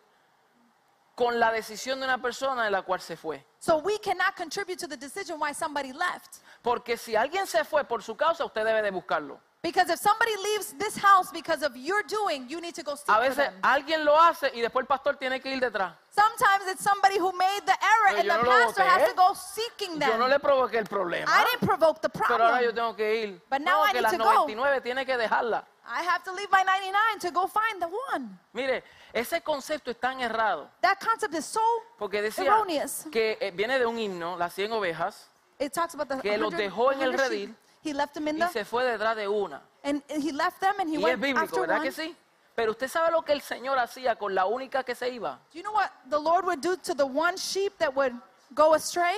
[SPEAKER 1] con la decisión de una persona de la cual se fue.
[SPEAKER 2] So we cannot contribute to the decision why somebody left.
[SPEAKER 1] Porque si alguien se fue por su causa, usted debe de buscarlo.
[SPEAKER 2] Because if somebody leaves this house because of your doing, you need to go seek
[SPEAKER 1] A
[SPEAKER 2] for
[SPEAKER 1] veces
[SPEAKER 2] them.
[SPEAKER 1] alguien lo hace y después el pastor tiene que ir detrás.
[SPEAKER 2] Sometimes it's somebody who made the
[SPEAKER 1] Pero
[SPEAKER 2] error
[SPEAKER 1] yo
[SPEAKER 2] and the
[SPEAKER 1] no lo
[SPEAKER 2] pastor
[SPEAKER 1] voté.
[SPEAKER 2] has to go seeking
[SPEAKER 1] Yo
[SPEAKER 2] them.
[SPEAKER 1] no le provoqué el problema.
[SPEAKER 2] I didn't provoke the
[SPEAKER 1] Pero ahora yo
[SPEAKER 2] problem.
[SPEAKER 1] tengo que ir.
[SPEAKER 2] But now
[SPEAKER 1] No,
[SPEAKER 2] I
[SPEAKER 1] que
[SPEAKER 2] need
[SPEAKER 1] las
[SPEAKER 2] to go.
[SPEAKER 1] 99 tiene que dejarla.
[SPEAKER 2] I have to leave my 99 to go find the one.
[SPEAKER 1] Mire, ese concepto es tan errado.
[SPEAKER 2] That concept is so
[SPEAKER 1] Porque decía
[SPEAKER 2] erroneous.
[SPEAKER 1] que eh, viene de un himno, las 100 ovejas,
[SPEAKER 2] It talks about the
[SPEAKER 1] que los
[SPEAKER 2] 100
[SPEAKER 1] dejó en el
[SPEAKER 2] 100 sheep.
[SPEAKER 1] redil
[SPEAKER 2] He left them in
[SPEAKER 1] y
[SPEAKER 2] the
[SPEAKER 1] se fue detrás de una.
[SPEAKER 2] and he left them and he
[SPEAKER 1] Y es
[SPEAKER 2] went
[SPEAKER 1] bíblico,
[SPEAKER 2] after
[SPEAKER 1] ¿verdad
[SPEAKER 2] one.
[SPEAKER 1] que sí? Pero usted sabe lo que el Señor hacía con la única que se iba.
[SPEAKER 2] Do you know what the Lord would do to the one sheep that would go astray?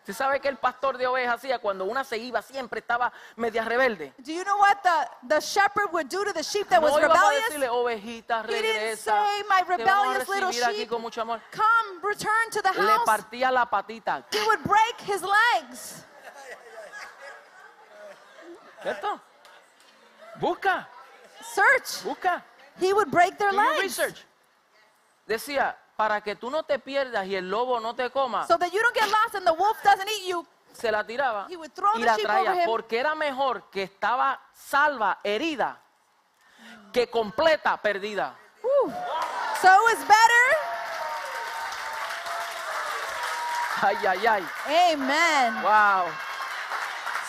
[SPEAKER 1] Usted sabe que el pastor de ovejas hacía cuando una se iba, siempre estaba media rebelde.
[SPEAKER 2] Do you know what the, the shepherd would do to the sheep that was
[SPEAKER 1] no iba a
[SPEAKER 2] rebellious?
[SPEAKER 1] decirle, ovejita,
[SPEAKER 2] He didn't
[SPEAKER 1] regresa.
[SPEAKER 2] say, My
[SPEAKER 1] te vamos a
[SPEAKER 2] rebellious little
[SPEAKER 1] recibir aquí
[SPEAKER 2] sheep,
[SPEAKER 1] con mucho amor.
[SPEAKER 2] come, return to the
[SPEAKER 1] Le
[SPEAKER 2] house.
[SPEAKER 1] partía la patita.
[SPEAKER 2] He would break his legs.
[SPEAKER 1] ¿Cierto? Busca,
[SPEAKER 2] Search.
[SPEAKER 1] busca.
[SPEAKER 2] He would break their
[SPEAKER 1] Do your
[SPEAKER 2] legs.
[SPEAKER 1] research. Decía, para que tú no te pierdas y el lobo no te coma,
[SPEAKER 2] So that you don't get lost and the wolf doesn't eat you.
[SPEAKER 1] se la tiraba
[SPEAKER 2] He would throw
[SPEAKER 1] y
[SPEAKER 2] the
[SPEAKER 1] la
[SPEAKER 2] sheep
[SPEAKER 1] traía
[SPEAKER 2] over him.
[SPEAKER 1] porque era mejor que estaba salva, herida, que completa, perdida.
[SPEAKER 2] Whew. So it's better.
[SPEAKER 1] Ay, ay, ay.
[SPEAKER 2] Amen.
[SPEAKER 1] Wow.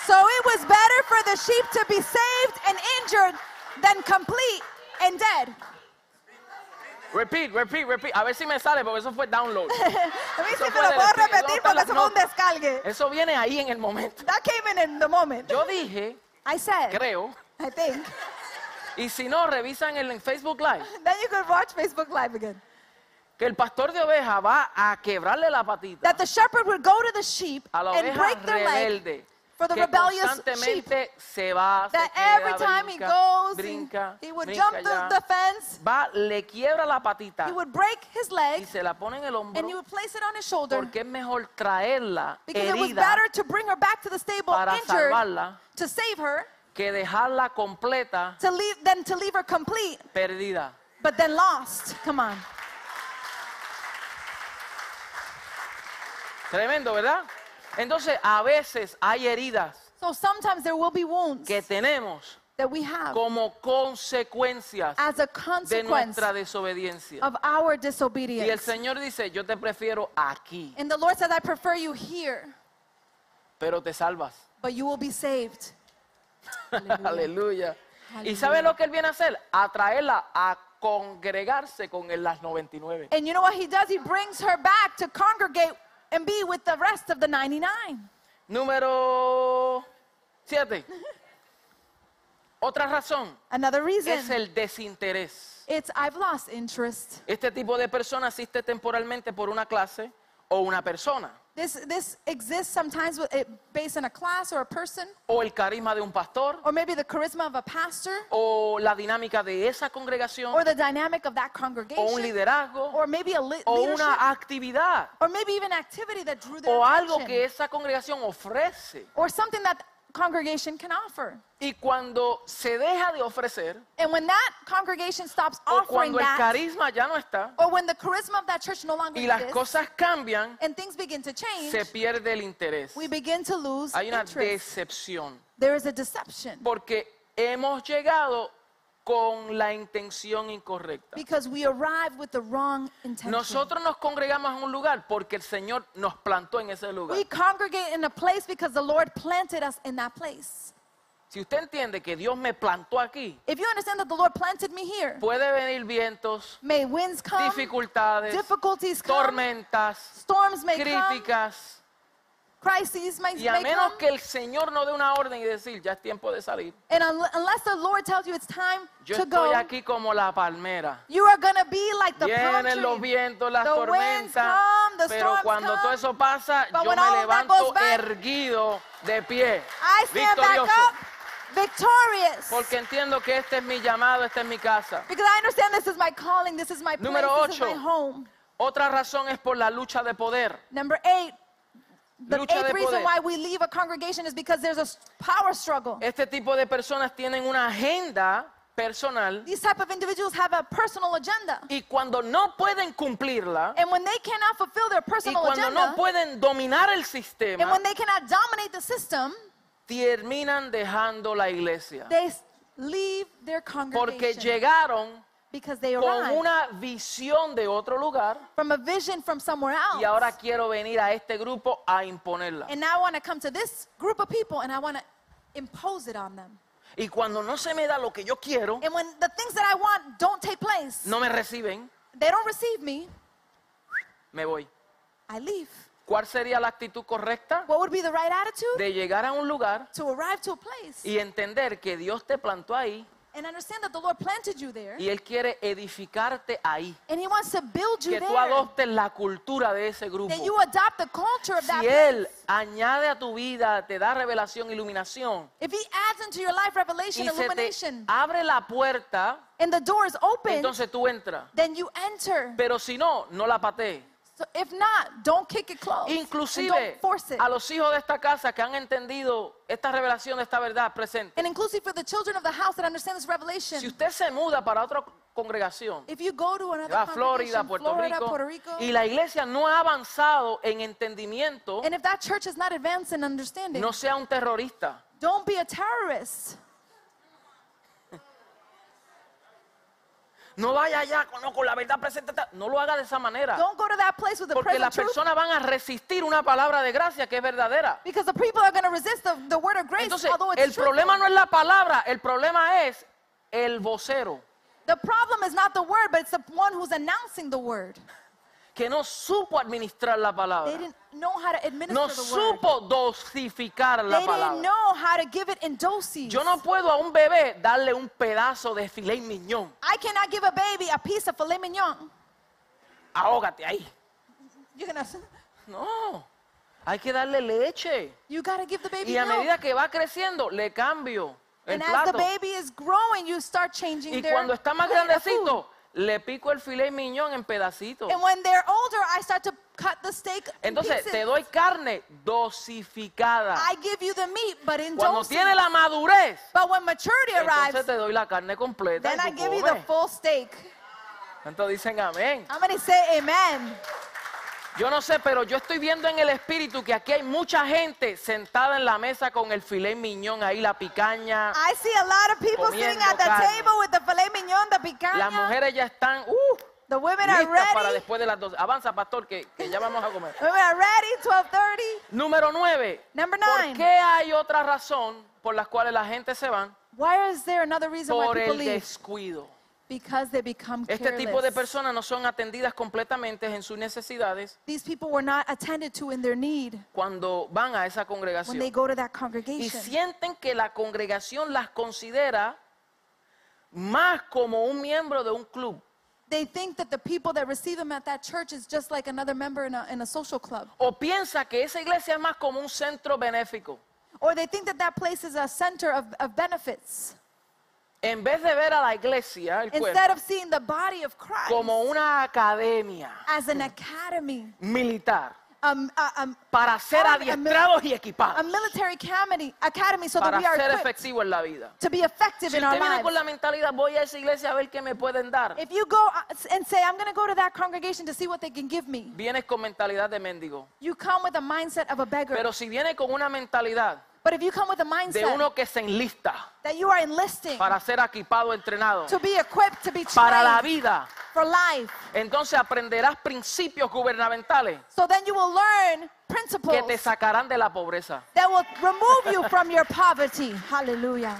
[SPEAKER 2] So it was better for the sheep to be saved and injured than complete and dead.
[SPEAKER 1] Repeat, repeat, repeat. A ver si me sale porque eso fue download.
[SPEAKER 2] Let me see
[SPEAKER 1] Eso
[SPEAKER 2] if
[SPEAKER 1] fue
[SPEAKER 2] lo
[SPEAKER 1] del
[SPEAKER 2] puedo
[SPEAKER 1] Espíritu,
[SPEAKER 2] repetir
[SPEAKER 1] no están
[SPEAKER 2] porque
[SPEAKER 1] las
[SPEAKER 2] eso fue un
[SPEAKER 1] notas.
[SPEAKER 2] descargue.
[SPEAKER 1] Eso viene ahí en el momento.
[SPEAKER 2] That came in in the moment.
[SPEAKER 1] Yo dije,
[SPEAKER 2] I said,
[SPEAKER 1] creo,
[SPEAKER 2] I think.
[SPEAKER 1] y si no, revisan el en Facebook Live,
[SPEAKER 2] Then you could watch Facebook Live again.
[SPEAKER 1] que el pastor de oveja va a quebrarle la patita
[SPEAKER 2] That the shepherd would go to the sheep
[SPEAKER 1] a la
[SPEAKER 2] and
[SPEAKER 1] oveja
[SPEAKER 2] break their leg
[SPEAKER 1] rebelde.
[SPEAKER 2] for the
[SPEAKER 1] que
[SPEAKER 2] rebellious sheep.
[SPEAKER 1] constantemente se va, se
[SPEAKER 2] That
[SPEAKER 1] queda,
[SPEAKER 2] every time he
[SPEAKER 1] brinca,
[SPEAKER 2] goes,
[SPEAKER 1] brinca,
[SPEAKER 2] he, he would
[SPEAKER 1] brinca
[SPEAKER 2] jump the,
[SPEAKER 1] allá.
[SPEAKER 2] the fence,
[SPEAKER 1] va, le quiebra la patita
[SPEAKER 2] he would break his
[SPEAKER 1] y
[SPEAKER 2] leg,
[SPEAKER 1] se la pone en el
[SPEAKER 2] and he
[SPEAKER 1] hombro
[SPEAKER 2] would place it on his shoulder
[SPEAKER 1] porque es mejor traerla
[SPEAKER 2] because it was
[SPEAKER 1] herida
[SPEAKER 2] better to bring her back to the stable
[SPEAKER 1] para
[SPEAKER 2] injured
[SPEAKER 1] salvarla
[SPEAKER 2] to save her
[SPEAKER 1] que dejarla completa
[SPEAKER 2] to leave, than to leave her complete
[SPEAKER 1] perdida.
[SPEAKER 2] but then lost. Come on.
[SPEAKER 1] Tremendo, ¿verdad? Entonces, a veces hay heridas
[SPEAKER 2] So sometimes there will be wounds
[SPEAKER 1] que tenemos
[SPEAKER 2] that we have
[SPEAKER 1] como consecuencias
[SPEAKER 2] as a
[SPEAKER 1] de
[SPEAKER 2] consequence
[SPEAKER 1] nuestra desobediencia.
[SPEAKER 2] of our
[SPEAKER 1] Y el
[SPEAKER 2] disobedience.
[SPEAKER 1] Señor dice, yo te prefiero aquí,
[SPEAKER 2] And the Lord says, I prefer you here,
[SPEAKER 1] pero te salvas.
[SPEAKER 2] but you will be saved.
[SPEAKER 1] Aleluya. ¿Y
[SPEAKER 2] Aleluya.
[SPEAKER 1] sabe lo que Él viene a hacer? A traerla a congregarse con el- las 99.
[SPEAKER 2] And you know what he does? He brings her back to congregate and be with the rest of the 99.
[SPEAKER 1] Número 7. Otra razón
[SPEAKER 2] Another reason
[SPEAKER 1] es el desinterés.
[SPEAKER 2] it's I've lost interest.
[SPEAKER 1] Este tipo de persona asiste temporalmente por una clase o una persona,
[SPEAKER 2] This this exists sometimes with, it, based on a class or a person,
[SPEAKER 1] o el carisma de un pastor,
[SPEAKER 2] or maybe the charisma of a pastor,
[SPEAKER 1] o la dinámica de esa congregación,
[SPEAKER 2] or the dynamic of that
[SPEAKER 1] o un
[SPEAKER 2] congregation,
[SPEAKER 1] liderazgo,
[SPEAKER 2] or maybe a li-
[SPEAKER 1] o
[SPEAKER 2] leadership,
[SPEAKER 1] una actividad,
[SPEAKER 2] or maybe even activity that drew their
[SPEAKER 1] o algo
[SPEAKER 2] attention,
[SPEAKER 1] que esa congregación ofrece.
[SPEAKER 2] or something that congregation can offer.
[SPEAKER 1] Y cuando se deja de ofrecer,
[SPEAKER 2] And when that congregation stops
[SPEAKER 1] o
[SPEAKER 2] offering
[SPEAKER 1] cuando el
[SPEAKER 2] that,
[SPEAKER 1] carisma ya no está
[SPEAKER 2] or when the charisma of that church no longer
[SPEAKER 1] y las
[SPEAKER 2] exists,
[SPEAKER 1] cosas cambian,
[SPEAKER 2] and things begin to change,
[SPEAKER 1] se pierde el interés.
[SPEAKER 2] we begin to lose
[SPEAKER 1] Hay una
[SPEAKER 2] interest.
[SPEAKER 1] decepción
[SPEAKER 2] There is a deception
[SPEAKER 1] porque hemos llegado con la intención incorrecta.
[SPEAKER 2] because we arrive with the wrong intention.
[SPEAKER 1] Nosotros nos congregamos en un lugar porque el Señor nos plantó en ese lugar.
[SPEAKER 2] we congregate in a place because the Lord planted us in that place.
[SPEAKER 1] Si usted entiende que Dios me plantó aquí,
[SPEAKER 2] If you understand that the Lord planted me here,
[SPEAKER 1] puede venir vientos,
[SPEAKER 2] may winds come,
[SPEAKER 1] dificultades,
[SPEAKER 2] difficulties come,
[SPEAKER 1] tormentas,
[SPEAKER 2] storms may come,
[SPEAKER 1] críticas.
[SPEAKER 2] crises may,
[SPEAKER 1] Y a
[SPEAKER 2] may
[SPEAKER 1] menos
[SPEAKER 2] come.
[SPEAKER 1] que el Señor no dé una orden y decir, ya es tiempo de salir.
[SPEAKER 2] and unle- unless the Lord tells you it's time
[SPEAKER 1] Yo
[SPEAKER 2] to
[SPEAKER 1] estoy
[SPEAKER 2] go,
[SPEAKER 1] aquí como la palmera.
[SPEAKER 2] you are going to be like the palm
[SPEAKER 1] Vienen los
[SPEAKER 2] tree.
[SPEAKER 1] vientos, las
[SPEAKER 2] The winds
[SPEAKER 1] tormentas.
[SPEAKER 2] come, the
[SPEAKER 1] Pero
[SPEAKER 2] storms
[SPEAKER 1] cuando todo
[SPEAKER 2] come.
[SPEAKER 1] eso pasa,
[SPEAKER 2] But
[SPEAKER 1] yo
[SPEAKER 2] when
[SPEAKER 1] me
[SPEAKER 2] all of that
[SPEAKER 1] levanto
[SPEAKER 2] goes by,
[SPEAKER 1] erguido de pie.
[SPEAKER 2] I stand back
[SPEAKER 1] victorioso.
[SPEAKER 2] up victorious
[SPEAKER 1] Porque entiendo que este es mi llamado, esta es mi casa.
[SPEAKER 2] because I understand this is my calling, this is my place,
[SPEAKER 1] Número
[SPEAKER 2] this is my
[SPEAKER 1] ocho.
[SPEAKER 2] home.
[SPEAKER 1] Otra razón es por la lucha de poder.
[SPEAKER 2] Number eight, the
[SPEAKER 1] Lucha de
[SPEAKER 2] eighth reason
[SPEAKER 1] poder.
[SPEAKER 2] why we leave a congregation is because there's a s- power struggle.
[SPEAKER 1] Este tipo de personas tienen una agenda personal
[SPEAKER 2] These type of individuals have a personal agenda.
[SPEAKER 1] y cuando no pueden cumplirla
[SPEAKER 2] And when they cannot fulfill their
[SPEAKER 1] y
[SPEAKER 2] personal
[SPEAKER 1] cuando
[SPEAKER 2] agenda,
[SPEAKER 1] no pueden dominar el
[SPEAKER 2] and
[SPEAKER 1] sistema,
[SPEAKER 2] when they cannot dominate the system,
[SPEAKER 1] terminan dejando la iglesia.
[SPEAKER 2] they s- leave their
[SPEAKER 1] Porque
[SPEAKER 2] congregation
[SPEAKER 1] llegaron
[SPEAKER 2] because they
[SPEAKER 1] con
[SPEAKER 2] arrive
[SPEAKER 1] una visión de otro lugar
[SPEAKER 2] from a vision from somewhere
[SPEAKER 1] y ahora
[SPEAKER 2] else.
[SPEAKER 1] quiero venir a este grupo a imponerla.
[SPEAKER 2] And now I want to come to this group of people and I want to impose it on them.
[SPEAKER 1] Y cuando no se me da lo que yo quiero,
[SPEAKER 2] And when the things that I want don't take place,
[SPEAKER 1] no me reciben,
[SPEAKER 2] they don't receive me,
[SPEAKER 1] me voy.
[SPEAKER 2] I leave.
[SPEAKER 1] ¿Cuál sería la actitud correcta
[SPEAKER 2] What would be the right attitude?
[SPEAKER 1] de llegar a un lugar
[SPEAKER 2] to arrive to a place
[SPEAKER 1] y entender que Dios te plantó ahí
[SPEAKER 2] And understand that the Lord planted you there.
[SPEAKER 1] Y Él quiere edificarte ahí.
[SPEAKER 2] And He wants to build you
[SPEAKER 1] Que tú
[SPEAKER 2] there.
[SPEAKER 1] adoptes la cultura de ese grupo.
[SPEAKER 2] That you adopt the culture of that
[SPEAKER 1] Si Él
[SPEAKER 2] place.
[SPEAKER 1] añade a tu vida, te da revelación, iluminación,
[SPEAKER 2] If He adds into your life revelation,
[SPEAKER 1] y se te
[SPEAKER 2] illumination,
[SPEAKER 1] abre la puerta,
[SPEAKER 2] and the door is open,
[SPEAKER 1] entonces tú entras.
[SPEAKER 2] then you enter.
[SPEAKER 1] Pero si no, no la patees.
[SPEAKER 2] So if not, don't kick it closed. Oh, and
[SPEAKER 1] Inclusive
[SPEAKER 2] don't force it.
[SPEAKER 1] a los hijos de esta casa que han entendido esta revelación de esta verdad presente.
[SPEAKER 2] And inclusive for the children of the house that understand this revelation.
[SPEAKER 1] Si usted se muda para otra congregación,
[SPEAKER 2] if you go to
[SPEAKER 1] se
[SPEAKER 2] another
[SPEAKER 1] va a Florida,
[SPEAKER 2] congregation,
[SPEAKER 1] Puerto
[SPEAKER 2] Florida,
[SPEAKER 1] Rico,
[SPEAKER 2] Puerto Rico,
[SPEAKER 1] y la iglesia no ha avanzado en entendimiento,
[SPEAKER 2] and if that church is not advanced in understanding,
[SPEAKER 1] no sea un terrorista.
[SPEAKER 2] don't be a terrorist.
[SPEAKER 1] No vaya allá con, no, con la verdad presente. ta- No lo haga de esa manera.
[SPEAKER 2] Don't go to that place with the
[SPEAKER 1] Ah. Porque
[SPEAKER 2] present
[SPEAKER 1] las
[SPEAKER 2] truth
[SPEAKER 1] personas van a resistir una palabra de gracia que es verdadera.
[SPEAKER 2] because the people are going to resist the, the word of grace,
[SPEAKER 1] Entonces,
[SPEAKER 2] although it's
[SPEAKER 1] el
[SPEAKER 2] true.
[SPEAKER 1] problema no es la palabra, el problema es el vocero
[SPEAKER 2] The problem is not the word, but it's the one who's announcing the word.
[SPEAKER 1] Ah. que no supo administrar la
[SPEAKER 2] They
[SPEAKER 1] palabra.
[SPEAKER 2] didn't know how to administer
[SPEAKER 1] No
[SPEAKER 2] the word.
[SPEAKER 1] supo dosificar
[SPEAKER 2] They
[SPEAKER 1] la
[SPEAKER 2] didn't
[SPEAKER 1] palabra.
[SPEAKER 2] know how to give it in doses.
[SPEAKER 1] Yo no puedo a un bebé darle un pedazo de filet miñón.
[SPEAKER 2] I cannot give a baby a piece of filet mignon.
[SPEAKER 1] Ahógate ahí.
[SPEAKER 2] You're gonna,
[SPEAKER 1] No. Hay que darle leche.
[SPEAKER 2] you gotta give the baby
[SPEAKER 1] Y a
[SPEAKER 2] milk.
[SPEAKER 1] medida que va creciendo, le cambio el
[SPEAKER 2] and as the
[SPEAKER 1] plato.
[SPEAKER 2] baby is growing, you start changing
[SPEAKER 1] Y
[SPEAKER 2] their
[SPEAKER 1] cuando está más
[SPEAKER 2] plate of food.
[SPEAKER 1] grandecito, le pico el filet miñón en pedacitos.
[SPEAKER 2] And when they're older, I start to cut the steak. in
[SPEAKER 1] Entonces,
[SPEAKER 2] pieces.
[SPEAKER 1] te doy carne dosificada.
[SPEAKER 2] I give you the meat, but in
[SPEAKER 1] Cuando
[SPEAKER 2] doses.
[SPEAKER 1] tiene la madurez,
[SPEAKER 2] But when maturity
[SPEAKER 1] entonces
[SPEAKER 2] arrives,
[SPEAKER 1] te doy la carne completa. y
[SPEAKER 2] then I
[SPEAKER 1] tú
[SPEAKER 2] give you the
[SPEAKER 1] comes.
[SPEAKER 2] full steak.
[SPEAKER 1] ¿Cuántos dicen amén?
[SPEAKER 2] How many say amen?
[SPEAKER 1] Yo no sé, pero yo estoy viendo en el espíritu que aquí hay mucha gente sentada en la mesa con el filet miñón ahí, la picaña.
[SPEAKER 2] I see a lot of people sitting
[SPEAKER 1] Comiendo
[SPEAKER 2] at the
[SPEAKER 1] carne.
[SPEAKER 2] table with the filet mignon, the
[SPEAKER 1] Las
[SPEAKER 2] picanha.
[SPEAKER 1] mujeres ya están uh,
[SPEAKER 2] The women are
[SPEAKER 1] listas para
[SPEAKER 2] ready.
[SPEAKER 1] después de las 12. Avanza, pastor, que, que ya vamos a comer.
[SPEAKER 2] Women are ready. 12:30.
[SPEAKER 1] Número 9.
[SPEAKER 2] Number
[SPEAKER 1] ¿Por
[SPEAKER 2] nine.
[SPEAKER 1] qué hay otra razón por las cuales la gente se van?
[SPEAKER 2] Why is there another reason why
[SPEAKER 1] Por
[SPEAKER 2] people
[SPEAKER 1] el
[SPEAKER 2] leave?
[SPEAKER 1] descuido.
[SPEAKER 2] Because they become
[SPEAKER 1] Este tipo de
[SPEAKER 2] careless.
[SPEAKER 1] personas no son atendidas completamente en sus necesidades
[SPEAKER 2] These people were not attended to in their need
[SPEAKER 1] cuando van a esa
[SPEAKER 2] when
[SPEAKER 1] congregación.
[SPEAKER 2] they go to that
[SPEAKER 1] Y
[SPEAKER 2] congregation.
[SPEAKER 1] sienten que la congregación las considera más como un miembro de un club
[SPEAKER 2] They think that the people that receive them at that church is just like another member in a, in a social club.
[SPEAKER 1] o piensa que esa iglesia es más como un centro benéfico.
[SPEAKER 2] Or they think that that place is a center of, of benefits.
[SPEAKER 1] En vez de ver a la iglesia, el cuerpo,
[SPEAKER 2] Instead of seeing the body of Christ
[SPEAKER 1] como una academia
[SPEAKER 2] as an academy,
[SPEAKER 1] militar
[SPEAKER 2] um, a, um,
[SPEAKER 1] para ser
[SPEAKER 2] Ahora, a mil-
[SPEAKER 1] adiestrados y
[SPEAKER 2] a
[SPEAKER 1] equipados
[SPEAKER 2] military academy, academy so that
[SPEAKER 1] para
[SPEAKER 2] we are
[SPEAKER 1] ser
[SPEAKER 2] equipped
[SPEAKER 1] efectivos en la vida.
[SPEAKER 2] to be effective
[SPEAKER 1] Si
[SPEAKER 2] in our
[SPEAKER 1] usted viene
[SPEAKER 2] lives.
[SPEAKER 1] con la mentalidad, voy a esa iglesia a ver qué me pueden dar,
[SPEAKER 2] If you go uh, s- and say, I'm going to go to that congregation to see what they can give me,
[SPEAKER 1] vienes con mentalidad de mendigo.
[SPEAKER 2] you come with a mindset of a beggar.
[SPEAKER 1] Pero si viene con una mentalidad
[SPEAKER 2] but if you come with a mindset
[SPEAKER 1] de uno que se enlista
[SPEAKER 2] that you are enlisting
[SPEAKER 1] para ser equipado, entrenado
[SPEAKER 2] to be equipped to be
[SPEAKER 1] para la
[SPEAKER 2] trained
[SPEAKER 1] vida,
[SPEAKER 2] for life,
[SPEAKER 1] entonces aprenderás principios gubernamentales
[SPEAKER 2] So then you will learn
[SPEAKER 1] que te
[SPEAKER 2] principles
[SPEAKER 1] sacarán de la pobreza.
[SPEAKER 2] that will remove you from your poverty. Hallelujah.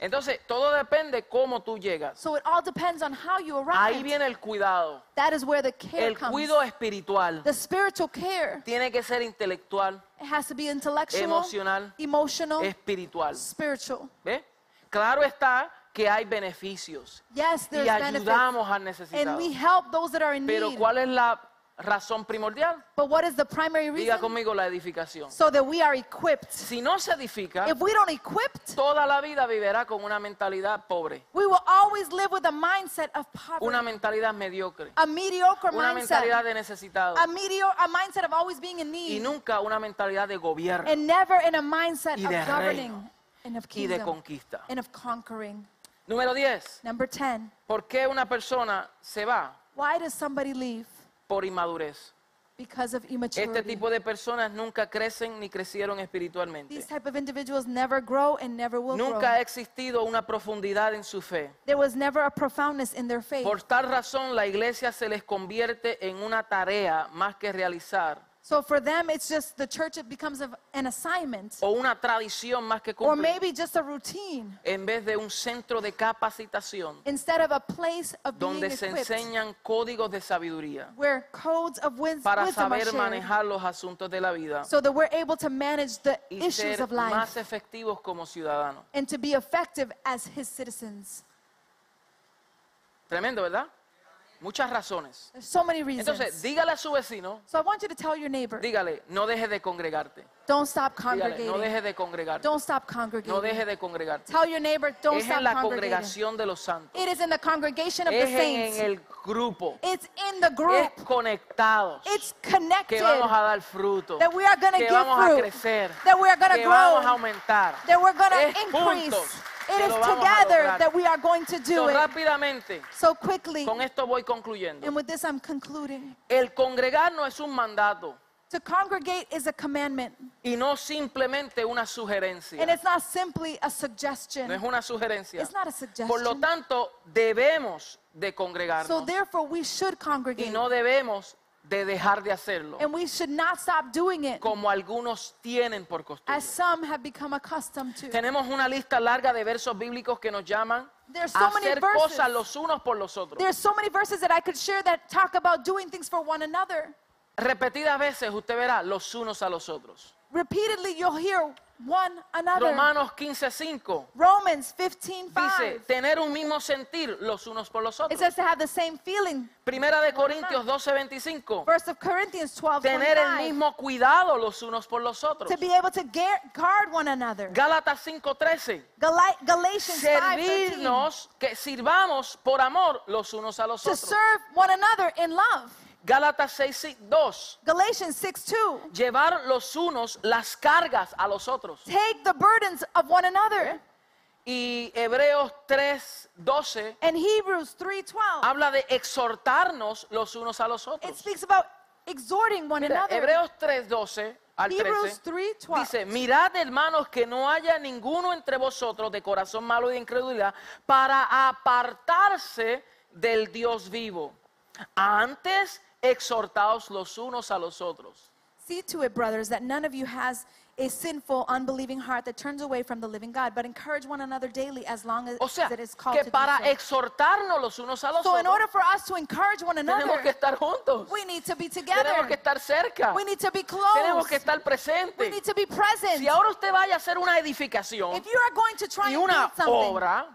[SPEAKER 1] Entonces, todo depende cómo tú llegas.
[SPEAKER 2] So it all depends on how you
[SPEAKER 1] Ahí
[SPEAKER 2] arrive.
[SPEAKER 1] viene el cuidado.
[SPEAKER 2] that is where the care
[SPEAKER 1] El
[SPEAKER 2] comes.
[SPEAKER 1] cuidado espiritual
[SPEAKER 2] The spiritual care.
[SPEAKER 1] tiene que ser intelectual,
[SPEAKER 2] It has to be intellectual,
[SPEAKER 1] Emocional.
[SPEAKER 2] emotional,
[SPEAKER 1] espiritual.
[SPEAKER 2] spiritual.
[SPEAKER 1] ¿Ve? Claro está que hay beneficios
[SPEAKER 2] Yes, there's
[SPEAKER 1] y
[SPEAKER 2] benefits.
[SPEAKER 1] ayudamos al
[SPEAKER 2] And
[SPEAKER 1] necesitado.
[SPEAKER 2] we help those that are in
[SPEAKER 1] Pero
[SPEAKER 2] need.
[SPEAKER 1] ¿cuál es la razón primordial?
[SPEAKER 2] But what is the primary
[SPEAKER 1] Diga
[SPEAKER 2] reason?
[SPEAKER 1] conmigo la edificación.
[SPEAKER 2] So that we are equipped.
[SPEAKER 1] Si no se edifica,
[SPEAKER 2] If we don't equipped,
[SPEAKER 1] toda la vida vivirá con una mentalidad pobre,
[SPEAKER 2] we will always live with a mindset of
[SPEAKER 1] una
[SPEAKER 2] poverty,
[SPEAKER 1] mentalidad mediocre,
[SPEAKER 2] a mediocre
[SPEAKER 1] una
[SPEAKER 2] mindset,
[SPEAKER 1] mentalidad de necesitado
[SPEAKER 2] a meteor, a mindset of always being in
[SPEAKER 1] y
[SPEAKER 2] need,
[SPEAKER 1] nunca una mentalidad de gobierno
[SPEAKER 2] and never in a mindset
[SPEAKER 1] Y
[SPEAKER 2] of
[SPEAKER 1] de
[SPEAKER 2] governing
[SPEAKER 1] reino.
[SPEAKER 2] and of
[SPEAKER 1] y de
[SPEAKER 2] kingdom
[SPEAKER 1] conquista.
[SPEAKER 2] and of conquering.
[SPEAKER 1] Número 10.
[SPEAKER 2] Number 10,
[SPEAKER 1] ¿Por qué una persona se va
[SPEAKER 2] why does somebody leave?
[SPEAKER 1] por inmadurez?
[SPEAKER 2] Because of
[SPEAKER 1] Este
[SPEAKER 2] immaturity.
[SPEAKER 1] tipo de personas nunca crecen ni crecieron
[SPEAKER 2] These
[SPEAKER 1] espiritualmente.
[SPEAKER 2] type of individuals never grow and never will
[SPEAKER 1] Nunca ha
[SPEAKER 2] grow.
[SPEAKER 1] existido una profundidad en su fe.
[SPEAKER 2] There was never a profoundness in their faith.
[SPEAKER 1] Por tal razón, la iglesia se les convierte en una tarea más que realizar
[SPEAKER 2] So for them, it's just the church, it becomes of an assignment
[SPEAKER 1] o una tradición más que
[SPEAKER 2] or
[SPEAKER 1] cumplir
[SPEAKER 2] maybe just a routine
[SPEAKER 1] en vez de un centro de capacitación
[SPEAKER 2] instead of a place of being
[SPEAKER 1] donde se
[SPEAKER 2] equipped
[SPEAKER 1] enseñan códigos de sabiduría
[SPEAKER 2] where codes of wis-
[SPEAKER 1] para
[SPEAKER 2] wisdom are
[SPEAKER 1] saber
[SPEAKER 2] shared
[SPEAKER 1] manejar los asuntos de la vida
[SPEAKER 2] so that we're able to manage the
[SPEAKER 1] y
[SPEAKER 2] issues
[SPEAKER 1] ser
[SPEAKER 2] of
[SPEAKER 1] más
[SPEAKER 2] life
[SPEAKER 1] efectivos como ciudadanos.
[SPEAKER 2] and to be effective as his citizens.
[SPEAKER 1] Tremendo, ¿verdad? Muchas razones.
[SPEAKER 2] There's so many reasons.
[SPEAKER 1] Entonces, dígale a su vecino,
[SPEAKER 2] so I want you to tell your neighbor,
[SPEAKER 1] dígale, no deje de congregarte.
[SPEAKER 2] don't stop
[SPEAKER 1] Dígale, no
[SPEAKER 2] congregating.
[SPEAKER 1] deje de congregarte.
[SPEAKER 2] Don't stop congregating.
[SPEAKER 1] No deje de congregarte.
[SPEAKER 2] Tell your neighbor, don't
[SPEAKER 1] Es en
[SPEAKER 2] stop
[SPEAKER 1] la
[SPEAKER 2] congregating.
[SPEAKER 1] congregación de los santos.
[SPEAKER 2] It is in the congregation of the
[SPEAKER 1] Es en, en
[SPEAKER 2] saints.
[SPEAKER 1] el grupo.
[SPEAKER 2] It's in the group.
[SPEAKER 1] Es conectados.
[SPEAKER 2] It's
[SPEAKER 1] Que
[SPEAKER 2] connected
[SPEAKER 1] vamos a dar fruto.
[SPEAKER 2] that we are going to
[SPEAKER 1] Que
[SPEAKER 2] give
[SPEAKER 1] vamos a
[SPEAKER 2] fruit,
[SPEAKER 1] crecer.
[SPEAKER 2] that we are going to
[SPEAKER 1] Que vamos a
[SPEAKER 2] grow,
[SPEAKER 1] aumentar.
[SPEAKER 2] that we're going
[SPEAKER 1] Es
[SPEAKER 2] to increase.
[SPEAKER 1] juntos
[SPEAKER 2] It
[SPEAKER 1] que
[SPEAKER 2] is
[SPEAKER 1] lo vamos a
[SPEAKER 2] together
[SPEAKER 1] lograr.
[SPEAKER 2] that we are going to do
[SPEAKER 1] So,
[SPEAKER 2] it.
[SPEAKER 1] rápidamente,
[SPEAKER 2] So quickly,
[SPEAKER 1] con esto voy
[SPEAKER 2] and
[SPEAKER 1] concluyendo.
[SPEAKER 2] with this I'm concluding.
[SPEAKER 1] El congregar no es un mandato
[SPEAKER 2] To congregate is a commandment,
[SPEAKER 1] y no simplemente una
[SPEAKER 2] and
[SPEAKER 1] sugerencia.
[SPEAKER 2] it's not simply a suggestion.
[SPEAKER 1] No es una sugerencia.
[SPEAKER 2] It's not a
[SPEAKER 1] Por lo
[SPEAKER 2] suggestion.
[SPEAKER 1] tanto, debemos de
[SPEAKER 2] So
[SPEAKER 1] congregarnos
[SPEAKER 2] therefore, we
[SPEAKER 1] y
[SPEAKER 2] should congregate,
[SPEAKER 1] no debemos de dejar de hacerlo,
[SPEAKER 2] and we should not stop doing it,
[SPEAKER 1] como algunos tienen por costumbre.
[SPEAKER 2] as some have become accustomed to.
[SPEAKER 1] Tenemos una lista larga de versos bíblicos que nos llaman
[SPEAKER 2] There's
[SPEAKER 1] a
[SPEAKER 2] so many
[SPEAKER 1] hacer
[SPEAKER 2] verses.
[SPEAKER 1] cosas los unos por los otros.
[SPEAKER 2] There's so many verses that I could share that talk about doing things for one another.
[SPEAKER 1] Repetidas veces usted verá los unos a los otros.
[SPEAKER 2] Repeatedly, you'll hear one another.
[SPEAKER 1] Romanos 15:5
[SPEAKER 2] Romans 15,
[SPEAKER 1] dice
[SPEAKER 2] 5.
[SPEAKER 1] tener un mismo sentir los unos por los
[SPEAKER 2] It
[SPEAKER 1] otros.
[SPEAKER 2] says to have the same feeling.
[SPEAKER 1] Primera de Corintios 12:25
[SPEAKER 2] First of Corinthians 12,
[SPEAKER 1] tener el
[SPEAKER 2] 25.
[SPEAKER 1] mismo cuidado los unos por los otros.
[SPEAKER 2] To be able to gar- guard one another.
[SPEAKER 1] Gálatas 5:13
[SPEAKER 2] Gali- Galatians 5, 13.
[SPEAKER 1] servirnos que sirvamos por amor los unos a los
[SPEAKER 2] To
[SPEAKER 1] otros.
[SPEAKER 2] serve one another in love.
[SPEAKER 1] Gálatas 6:2
[SPEAKER 2] Galatians 6, 2.
[SPEAKER 1] llevar los unos las cargas a los otros.
[SPEAKER 2] Take the burdens of one another.
[SPEAKER 1] Y Hebreos 3:12
[SPEAKER 2] And Hebrews 3, 12.
[SPEAKER 1] habla de exhortarnos los unos a los
[SPEAKER 2] It
[SPEAKER 1] otros.
[SPEAKER 2] speaks about exhorting one
[SPEAKER 1] Mira,
[SPEAKER 2] another.
[SPEAKER 1] Hebreos 3:12 al
[SPEAKER 2] Hebrews
[SPEAKER 1] 13
[SPEAKER 2] 3, 12.
[SPEAKER 1] dice, mirad hermanos que no haya ninguno entre vosotros de corazón malo y de incredulidad para apartarse del Dios vivo. Antes exhortaos los unos a los otros.
[SPEAKER 2] See to it, brothers, that none of you has a sinful, unbelieving heart that turns away from the living God, but encourage one another daily as long as,
[SPEAKER 1] O sea,
[SPEAKER 2] it is called
[SPEAKER 1] que
[SPEAKER 2] to
[SPEAKER 1] para
[SPEAKER 2] do
[SPEAKER 1] exhortarnos los unos a
[SPEAKER 2] so.
[SPEAKER 1] los
[SPEAKER 2] So, in
[SPEAKER 1] otros
[SPEAKER 2] order for us to encourage one
[SPEAKER 1] tenemos que
[SPEAKER 2] another,
[SPEAKER 1] estar juntos.
[SPEAKER 2] we need to be
[SPEAKER 1] Tenemos que
[SPEAKER 2] together.
[SPEAKER 1] estar cerca.
[SPEAKER 2] We need to be
[SPEAKER 1] Tenemos
[SPEAKER 2] close.
[SPEAKER 1] que estar
[SPEAKER 2] We
[SPEAKER 1] presentes.
[SPEAKER 2] need to be present.
[SPEAKER 1] Si ahora usted vaya a hacer una edificación
[SPEAKER 2] If you are going to try
[SPEAKER 1] y
[SPEAKER 2] and
[SPEAKER 1] una
[SPEAKER 2] build something,
[SPEAKER 1] obra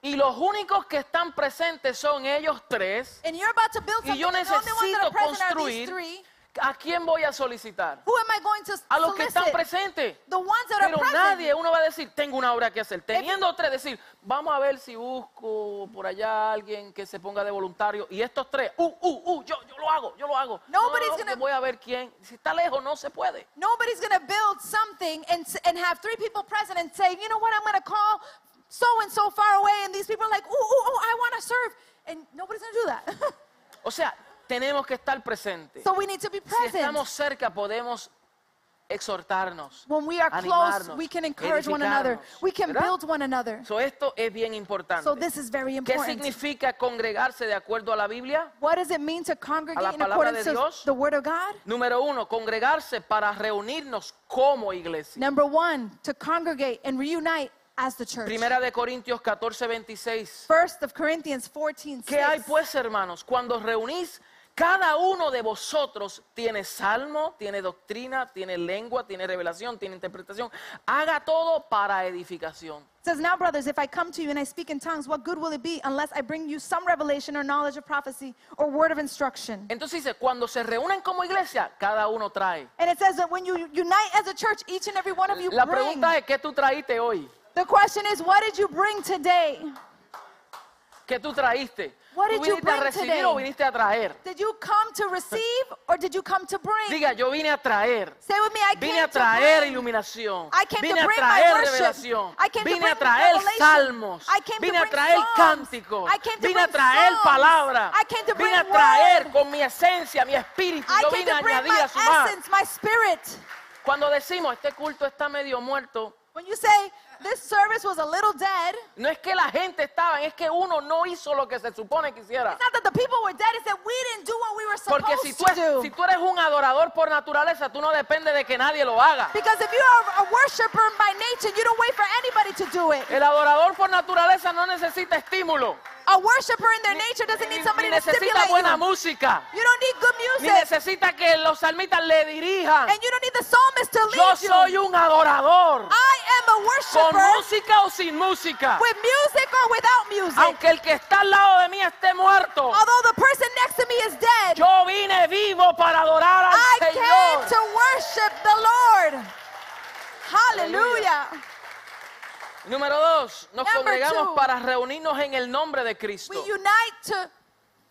[SPEAKER 1] y los únicos que están presentes son ellos tres,
[SPEAKER 2] and you're about to build
[SPEAKER 1] y
[SPEAKER 2] something,
[SPEAKER 1] yo
[SPEAKER 2] and the only ones that
[SPEAKER 1] necesito
[SPEAKER 2] are present are
[SPEAKER 1] construir,
[SPEAKER 2] these three,
[SPEAKER 1] ¿a quién voy a solicitar?
[SPEAKER 2] who am I going to
[SPEAKER 1] A los que están
[SPEAKER 2] solicit?
[SPEAKER 1] presentes.
[SPEAKER 2] The ones that
[SPEAKER 1] Pero
[SPEAKER 2] are present.
[SPEAKER 1] nadie, uno va a decir, tengo una obra que hacer. Teniendo tres, decir, vamos a ver si busco por allá alguien que se ponga de voluntario. Y estos tres, uh, uh, uh, yo, yo lo hago, yo lo hago. No, no,
[SPEAKER 2] Nobody's
[SPEAKER 1] no,
[SPEAKER 2] gonna-
[SPEAKER 1] yo voy a ver quién. Si está lejos, no se puede.
[SPEAKER 2] Nobody's going to build something and, s- and have three people present and say, you know what, I'm going to call so and so far away. And these people are like, ooh, ooh, ooh, I want to serve. And nobody's going to do that.
[SPEAKER 1] O sea, tenemos que estar presentes.
[SPEAKER 2] so we need to be
[SPEAKER 1] Si
[SPEAKER 2] present.
[SPEAKER 1] estamos cerca, podemos exhortarnos.
[SPEAKER 2] When we are close,
[SPEAKER 1] animarnos,
[SPEAKER 2] we can encourage one another,
[SPEAKER 1] edificarnos,
[SPEAKER 2] we can
[SPEAKER 1] ¿verdad?
[SPEAKER 2] build one another.
[SPEAKER 1] So, esto es bien importante.
[SPEAKER 2] So this is very
[SPEAKER 1] ¿Qué
[SPEAKER 2] important.
[SPEAKER 1] significa congregarse de acuerdo a la Biblia?
[SPEAKER 2] What does it mean to congregate in
[SPEAKER 1] palabra
[SPEAKER 2] accordance
[SPEAKER 1] de
[SPEAKER 2] to
[SPEAKER 1] Dios?
[SPEAKER 2] the Word of God?
[SPEAKER 1] Número uno, congregarse para reunirnos como iglesia.
[SPEAKER 2] Number one, to congregate and reunite as the church.
[SPEAKER 1] Primera de Corintios 14, 26.
[SPEAKER 2] First of Corinthians 14,
[SPEAKER 1] ¿Qué hay
[SPEAKER 2] 6.
[SPEAKER 1] pues, hermanos? Cuando os reunís, cada uno de vosotros tiene salmo, tiene doctrina, tiene lengua, tiene revelación, tiene interpretación. Haga todo para edificación.
[SPEAKER 2] It says, Now, brothers, if I come to you and I speak in tongues, what good will it be unless I bring you some revelation or knowledge of prophecy or word of instruction?
[SPEAKER 1] Entonces dice, cuando se reúnen como iglesia, cada uno trae.
[SPEAKER 2] And it says that when you unite as a church, each and every one of you
[SPEAKER 1] La
[SPEAKER 2] bring.
[SPEAKER 1] pregunta es, ¿qué tú traíste hoy?
[SPEAKER 2] The question is, what did you bring today?
[SPEAKER 1] ¿Qué tú traíste?
[SPEAKER 2] What
[SPEAKER 1] ¿Tú
[SPEAKER 2] did you
[SPEAKER 1] viniste a
[SPEAKER 2] bring
[SPEAKER 1] recibir
[SPEAKER 2] today?
[SPEAKER 1] o viniste a traer?
[SPEAKER 2] Did you come to receive or did you come to bring?
[SPEAKER 1] Diga, yo vine a traer.
[SPEAKER 2] Say with me, I
[SPEAKER 1] Vine a
[SPEAKER 2] came to
[SPEAKER 1] traer
[SPEAKER 2] bring.
[SPEAKER 1] iluminación.
[SPEAKER 2] I came to
[SPEAKER 1] Vine a
[SPEAKER 2] bring my
[SPEAKER 1] traer
[SPEAKER 2] worship.
[SPEAKER 1] revelación.
[SPEAKER 2] I came to
[SPEAKER 1] Vine a
[SPEAKER 2] bring
[SPEAKER 1] traer
[SPEAKER 2] revelation.
[SPEAKER 1] salmos.
[SPEAKER 2] I came to
[SPEAKER 1] Vine a
[SPEAKER 2] bring
[SPEAKER 1] traer
[SPEAKER 2] psalms.
[SPEAKER 1] cánticos.
[SPEAKER 2] I came to
[SPEAKER 1] Vine a
[SPEAKER 2] bring
[SPEAKER 1] traer
[SPEAKER 2] songs.
[SPEAKER 1] palabra.
[SPEAKER 2] I came to
[SPEAKER 1] Vine a
[SPEAKER 2] bring
[SPEAKER 1] traer
[SPEAKER 2] word.
[SPEAKER 1] con mi esencia, mi espíritu.
[SPEAKER 2] I
[SPEAKER 1] Yo
[SPEAKER 2] came
[SPEAKER 1] vine a
[SPEAKER 2] to bring
[SPEAKER 1] añadir
[SPEAKER 2] my
[SPEAKER 1] a sumar.
[SPEAKER 2] essence, my spirit.
[SPEAKER 1] Cuando decimos este culto está medio muerto,
[SPEAKER 2] When you say this service was a little dead,
[SPEAKER 1] no es que la gente estaba, es que uno no hizo lo que se supone que hiciera.
[SPEAKER 2] it's not that the people were dead, it's that we didn't do what we were supposed
[SPEAKER 1] Porque si tú,
[SPEAKER 2] to
[SPEAKER 1] es-
[SPEAKER 2] do.
[SPEAKER 1] si tú eres un adorador por naturaleza, tú no dependes de que nadie lo haga.
[SPEAKER 2] Because if you are a worshiper by nature, you don't wait for anybody to do it.
[SPEAKER 1] El adorador por naturaleza no necesita estímulo,
[SPEAKER 2] A worshiper in their nature doesn't
[SPEAKER 1] ni,
[SPEAKER 2] need somebody
[SPEAKER 1] ni
[SPEAKER 2] to
[SPEAKER 1] necesita
[SPEAKER 2] stimulate
[SPEAKER 1] buena
[SPEAKER 2] you.
[SPEAKER 1] música,
[SPEAKER 2] You don't need good
[SPEAKER 1] ni
[SPEAKER 2] music,
[SPEAKER 1] necesita que los salmistas le dirijan.
[SPEAKER 2] and you don't need the psalmist to
[SPEAKER 1] Yo
[SPEAKER 2] lead
[SPEAKER 1] soy
[SPEAKER 2] you.
[SPEAKER 1] un adorador,
[SPEAKER 2] I am a
[SPEAKER 1] con
[SPEAKER 2] worshiper
[SPEAKER 1] música o sin música.
[SPEAKER 2] with music or without music.
[SPEAKER 1] Aunque el que está al lado de mí esté muerto,
[SPEAKER 2] Although the person next to me is dead,
[SPEAKER 1] yo vine vivo para adorar
[SPEAKER 2] I
[SPEAKER 1] al
[SPEAKER 2] came
[SPEAKER 1] Señor.
[SPEAKER 2] to worship the Lord. Hallelujah.
[SPEAKER 1] Número dos, nos
[SPEAKER 2] Number
[SPEAKER 1] congregamos
[SPEAKER 2] two.
[SPEAKER 1] para reunirnos en el nombre de
[SPEAKER 2] We
[SPEAKER 1] Cristo.
[SPEAKER 2] unite to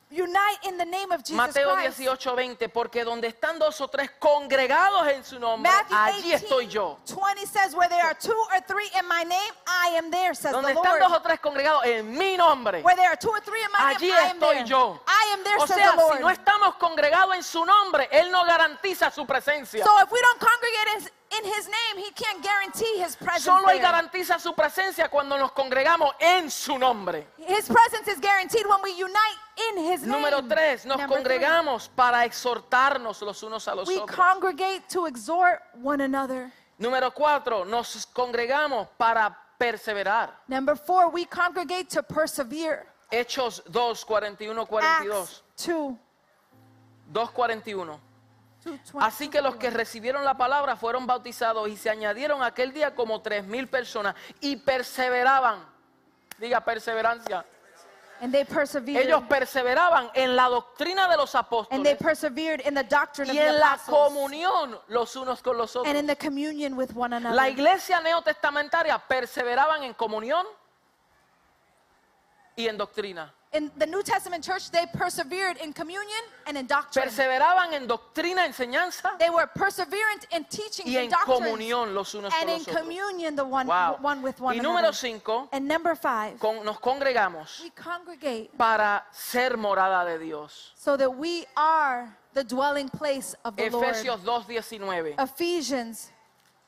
[SPEAKER 2] unite in the name of Jesus
[SPEAKER 1] Mateo
[SPEAKER 2] Christ.
[SPEAKER 1] 18, 20, porque donde están dos o tres congregados en su nombre, allí
[SPEAKER 2] Matthew 18,
[SPEAKER 1] estoy yo.
[SPEAKER 2] 20 says, Where there are two or three in my name, I am there, says the
[SPEAKER 1] Donde están dos
[SPEAKER 2] Lord.
[SPEAKER 1] o tres congregados en mi nombre,
[SPEAKER 2] Where there are two or three in my
[SPEAKER 1] allí
[SPEAKER 2] name, I am
[SPEAKER 1] estoy
[SPEAKER 2] there.
[SPEAKER 1] yo.
[SPEAKER 2] I am there,
[SPEAKER 1] O
[SPEAKER 2] says
[SPEAKER 1] sea,
[SPEAKER 2] the Lord.
[SPEAKER 1] si no estamos congregados en su nombre, Él no garantiza su presencia.
[SPEAKER 2] so if we don't congregate in, in His name, He can't guarantee His presence.
[SPEAKER 1] Solo Él
[SPEAKER 2] there.
[SPEAKER 1] garantiza su presencia cuando nos congregamos en su nombre.
[SPEAKER 2] His presence is guaranteed when we unite in His name.
[SPEAKER 1] Número tres, nos
[SPEAKER 2] Number three,
[SPEAKER 1] congregamos para exhortarnos los unos a los
[SPEAKER 2] we
[SPEAKER 1] otros.
[SPEAKER 2] congregate to exhort one another.
[SPEAKER 1] Número cuatro, nos congregamos para perseverar.
[SPEAKER 2] Number four, we congregate to persevere.
[SPEAKER 1] Hechos 2, 41, 42.
[SPEAKER 2] Acts 2,
[SPEAKER 1] 2.41.
[SPEAKER 2] 2 20.
[SPEAKER 1] Así que los que recibieron la palabra fueron bautizados y se añadieron aquel día como tres mil personas y perseveraban. Diga perseverancia.
[SPEAKER 2] and they persevered.
[SPEAKER 1] Ellos perseveraban en la doctrina de los
[SPEAKER 2] and they
[SPEAKER 1] apóstoles
[SPEAKER 2] persevered in the doctrine of
[SPEAKER 1] y
[SPEAKER 2] the
[SPEAKER 1] en la
[SPEAKER 2] apostles
[SPEAKER 1] comunión los unos con los
[SPEAKER 2] and
[SPEAKER 1] otros.
[SPEAKER 2] in the communion with one another.
[SPEAKER 1] La iglesia neotestamentaria perseveraban en comunión y en doctrina.
[SPEAKER 2] in the New Testament church, they persevered in communion and in doctrine.
[SPEAKER 1] Perseveraban en doctrina, enseñanza
[SPEAKER 2] they were perseverant in teaching
[SPEAKER 1] y
[SPEAKER 2] and
[SPEAKER 1] en
[SPEAKER 2] doctrine
[SPEAKER 1] comunión los unos con
[SPEAKER 2] and in
[SPEAKER 1] los otros.
[SPEAKER 2] communion the one,
[SPEAKER 1] Wow.
[SPEAKER 2] one with one
[SPEAKER 1] Y
[SPEAKER 2] another.
[SPEAKER 1] número cinco,
[SPEAKER 2] and number five,
[SPEAKER 1] con- nos congregamos
[SPEAKER 2] we congregate
[SPEAKER 1] para ser morada de Dios.
[SPEAKER 2] so that we are the dwelling place of the Lord. Uh.
[SPEAKER 1] Efesios 2:19
[SPEAKER 2] Ephesians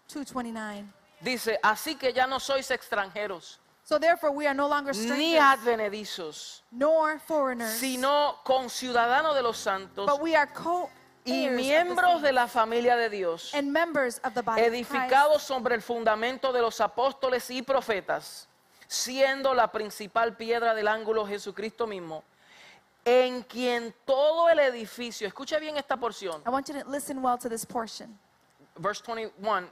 [SPEAKER 2] 2:29.
[SPEAKER 1] dice, así que ya no sois extranjeros
[SPEAKER 2] So therefore we are no longer
[SPEAKER 1] ni
[SPEAKER 2] strangers
[SPEAKER 1] advenedizos,
[SPEAKER 2] nor foreigners,
[SPEAKER 1] sino conciudadanos de los santos
[SPEAKER 2] but we are co
[SPEAKER 1] y miembros de la familia de Dios,
[SPEAKER 2] and members of the body of Christ,
[SPEAKER 1] edificados sobre el fundamento de los apóstoles y profetas, siendo la principal piedra del ángulo Jesucristo mismo, en quien todo el edificio, escucha bien esta porción,
[SPEAKER 2] I want you to listen well to this portion.
[SPEAKER 1] verse 21,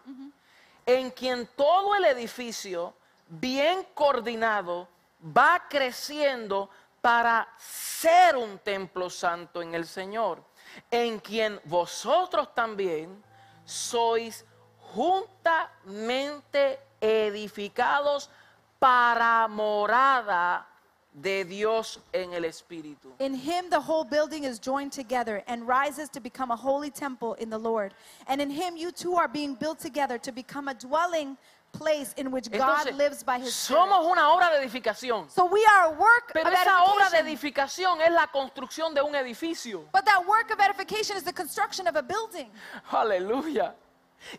[SPEAKER 1] en quien todo el edificio bien coordinado va creciendo para ser un templo santo en el Señor, en quien vosotros también sois juntamente edificados para morada de Dios en el Espíritu.
[SPEAKER 2] In him the whole building is joined together and rises to become a holy temple in the Lord. And in him you two are being built together to become a dwelling place in which God lives by his
[SPEAKER 1] Entonces,
[SPEAKER 2] Spirit.
[SPEAKER 1] somos una obra de edificación.
[SPEAKER 2] So we are a work
[SPEAKER 1] Pero
[SPEAKER 2] of
[SPEAKER 1] esa obra de
[SPEAKER 2] edification.
[SPEAKER 1] edificación es la construcción de un edificio.
[SPEAKER 2] But that work of edification is the construction of a building.
[SPEAKER 1] Aleluya.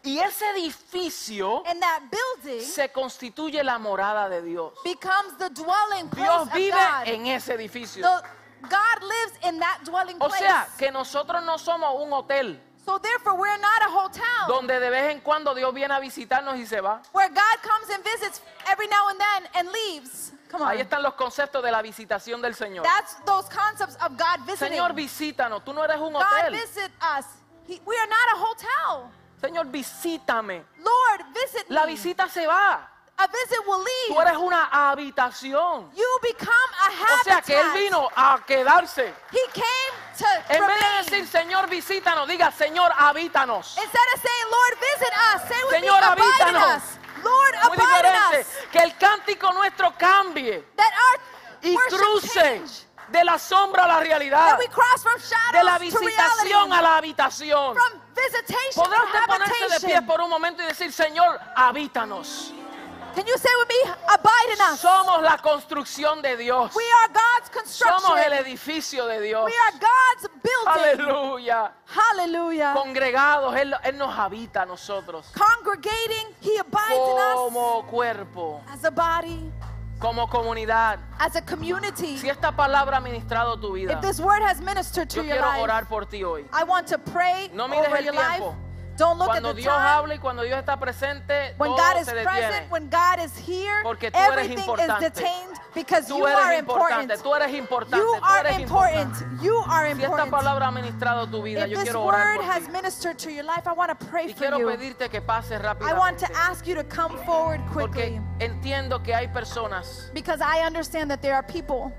[SPEAKER 1] Y ese edificio
[SPEAKER 2] And that building
[SPEAKER 1] se constituye la morada de Dios.
[SPEAKER 2] becomes the dwelling place
[SPEAKER 1] Dios
[SPEAKER 2] of
[SPEAKER 1] vive
[SPEAKER 2] God.
[SPEAKER 1] en ese edificio.
[SPEAKER 2] The- God lives in that dwelling
[SPEAKER 1] O
[SPEAKER 2] place.
[SPEAKER 1] sea, que nosotros no somos un hotel
[SPEAKER 2] so therefore, we're not a hotel
[SPEAKER 1] donde de vez en cuando Dios viene a visitarnos y se va.
[SPEAKER 2] where God comes and visits every now and then and leaves. Come on.
[SPEAKER 1] Ahí están los conceptos de la visitación del Señor.
[SPEAKER 2] That's those concepts of God visiting.
[SPEAKER 1] Señor, visítanos. Tú no eres un
[SPEAKER 2] God
[SPEAKER 1] hotel.
[SPEAKER 2] visit us. He- we are not a hotel.
[SPEAKER 1] Señor, visítame.
[SPEAKER 2] Lord, visit
[SPEAKER 1] La
[SPEAKER 2] me.
[SPEAKER 1] visita se va.
[SPEAKER 2] a visit will leave.
[SPEAKER 1] Tú eres una habitación.
[SPEAKER 2] you become a
[SPEAKER 1] O sea,
[SPEAKER 2] habitat.
[SPEAKER 1] que Él vino a quedarse.
[SPEAKER 2] He came to
[SPEAKER 1] En vez
[SPEAKER 2] remain.
[SPEAKER 1] de decir, Señor, visítanos, diga, Señor, habítanos.
[SPEAKER 2] Instead of saying, Lord, visit us, say with
[SPEAKER 1] Señor,
[SPEAKER 2] me, abide in
[SPEAKER 1] habítanos.
[SPEAKER 2] us. Lord,
[SPEAKER 1] Muy
[SPEAKER 2] abide in
[SPEAKER 1] diferente.
[SPEAKER 2] us.
[SPEAKER 1] Que el cántico nuestro cambie
[SPEAKER 2] That our
[SPEAKER 1] y
[SPEAKER 2] worship
[SPEAKER 1] cruce
[SPEAKER 2] change.
[SPEAKER 1] de la sombra a la realidad,
[SPEAKER 2] That we cross from
[SPEAKER 1] de la
[SPEAKER 2] shadows to
[SPEAKER 1] visitación a
[SPEAKER 2] reality.
[SPEAKER 1] la habitación.
[SPEAKER 2] From visitation to
[SPEAKER 1] Podrá usted ponerse de pie
[SPEAKER 2] habitation.
[SPEAKER 1] por un momento y decir, Señor, habítanos.
[SPEAKER 2] Can you say with me, abide in us?
[SPEAKER 1] Somos la construcción de Dios.
[SPEAKER 2] We are God's
[SPEAKER 1] Somos el
[SPEAKER 2] construction.
[SPEAKER 1] edificio de Dios.
[SPEAKER 2] We are God's building.
[SPEAKER 1] Aleluya.
[SPEAKER 2] Hallelujah.
[SPEAKER 1] Congregados, Él, Él nos habita a nosotros.
[SPEAKER 2] Congregating, He abides in us
[SPEAKER 1] Como cuerpo,
[SPEAKER 2] as a body,
[SPEAKER 1] como comunidad.
[SPEAKER 2] as a community.
[SPEAKER 1] Si esta palabra ha ministrado tu vida,
[SPEAKER 2] If this word has ministered
[SPEAKER 1] yo
[SPEAKER 2] to your
[SPEAKER 1] quiero
[SPEAKER 2] life,
[SPEAKER 1] orar por ti hoy.
[SPEAKER 2] I want to pray
[SPEAKER 1] No mires
[SPEAKER 2] over
[SPEAKER 1] el
[SPEAKER 2] your life.
[SPEAKER 1] tiempo.
[SPEAKER 2] Don't look at
[SPEAKER 1] Cuando
[SPEAKER 2] the
[SPEAKER 1] Dios
[SPEAKER 2] time.
[SPEAKER 1] habla y cuando Dios está presente,
[SPEAKER 2] When
[SPEAKER 1] todo
[SPEAKER 2] God is
[SPEAKER 1] se detiene.
[SPEAKER 2] present, when God is here,
[SPEAKER 1] Porque tú eres
[SPEAKER 2] everything is
[SPEAKER 1] importante.
[SPEAKER 2] detained because you
[SPEAKER 1] Tú
[SPEAKER 2] are
[SPEAKER 1] eres
[SPEAKER 2] important.
[SPEAKER 1] importante, tú eres importante,
[SPEAKER 2] You
[SPEAKER 1] tú
[SPEAKER 2] are
[SPEAKER 1] eres
[SPEAKER 2] important.
[SPEAKER 1] importante.
[SPEAKER 2] You are
[SPEAKER 1] Si esta
[SPEAKER 2] important.
[SPEAKER 1] palabra ha ministrado tu vida,
[SPEAKER 2] If
[SPEAKER 1] yo
[SPEAKER 2] this
[SPEAKER 1] quiero orar
[SPEAKER 2] word
[SPEAKER 1] por
[SPEAKER 2] has
[SPEAKER 1] ti.
[SPEAKER 2] ministered to your life, I want to pray
[SPEAKER 1] Y
[SPEAKER 2] for
[SPEAKER 1] quiero
[SPEAKER 2] you.
[SPEAKER 1] pedirte que pases
[SPEAKER 2] I want
[SPEAKER 1] rápidamente.
[SPEAKER 2] to ask you to come forward quickly
[SPEAKER 1] Porque entiendo que hay personas
[SPEAKER 2] because I understand that there are people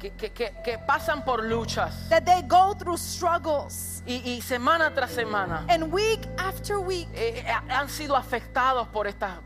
[SPEAKER 1] que, que- que- que pasan por luchas
[SPEAKER 2] that they go through struggles
[SPEAKER 1] y, y semana tras semana
[SPEAKER 2] and week after week
[SPEAKER 1] eh, eh, han sido afectados por estas,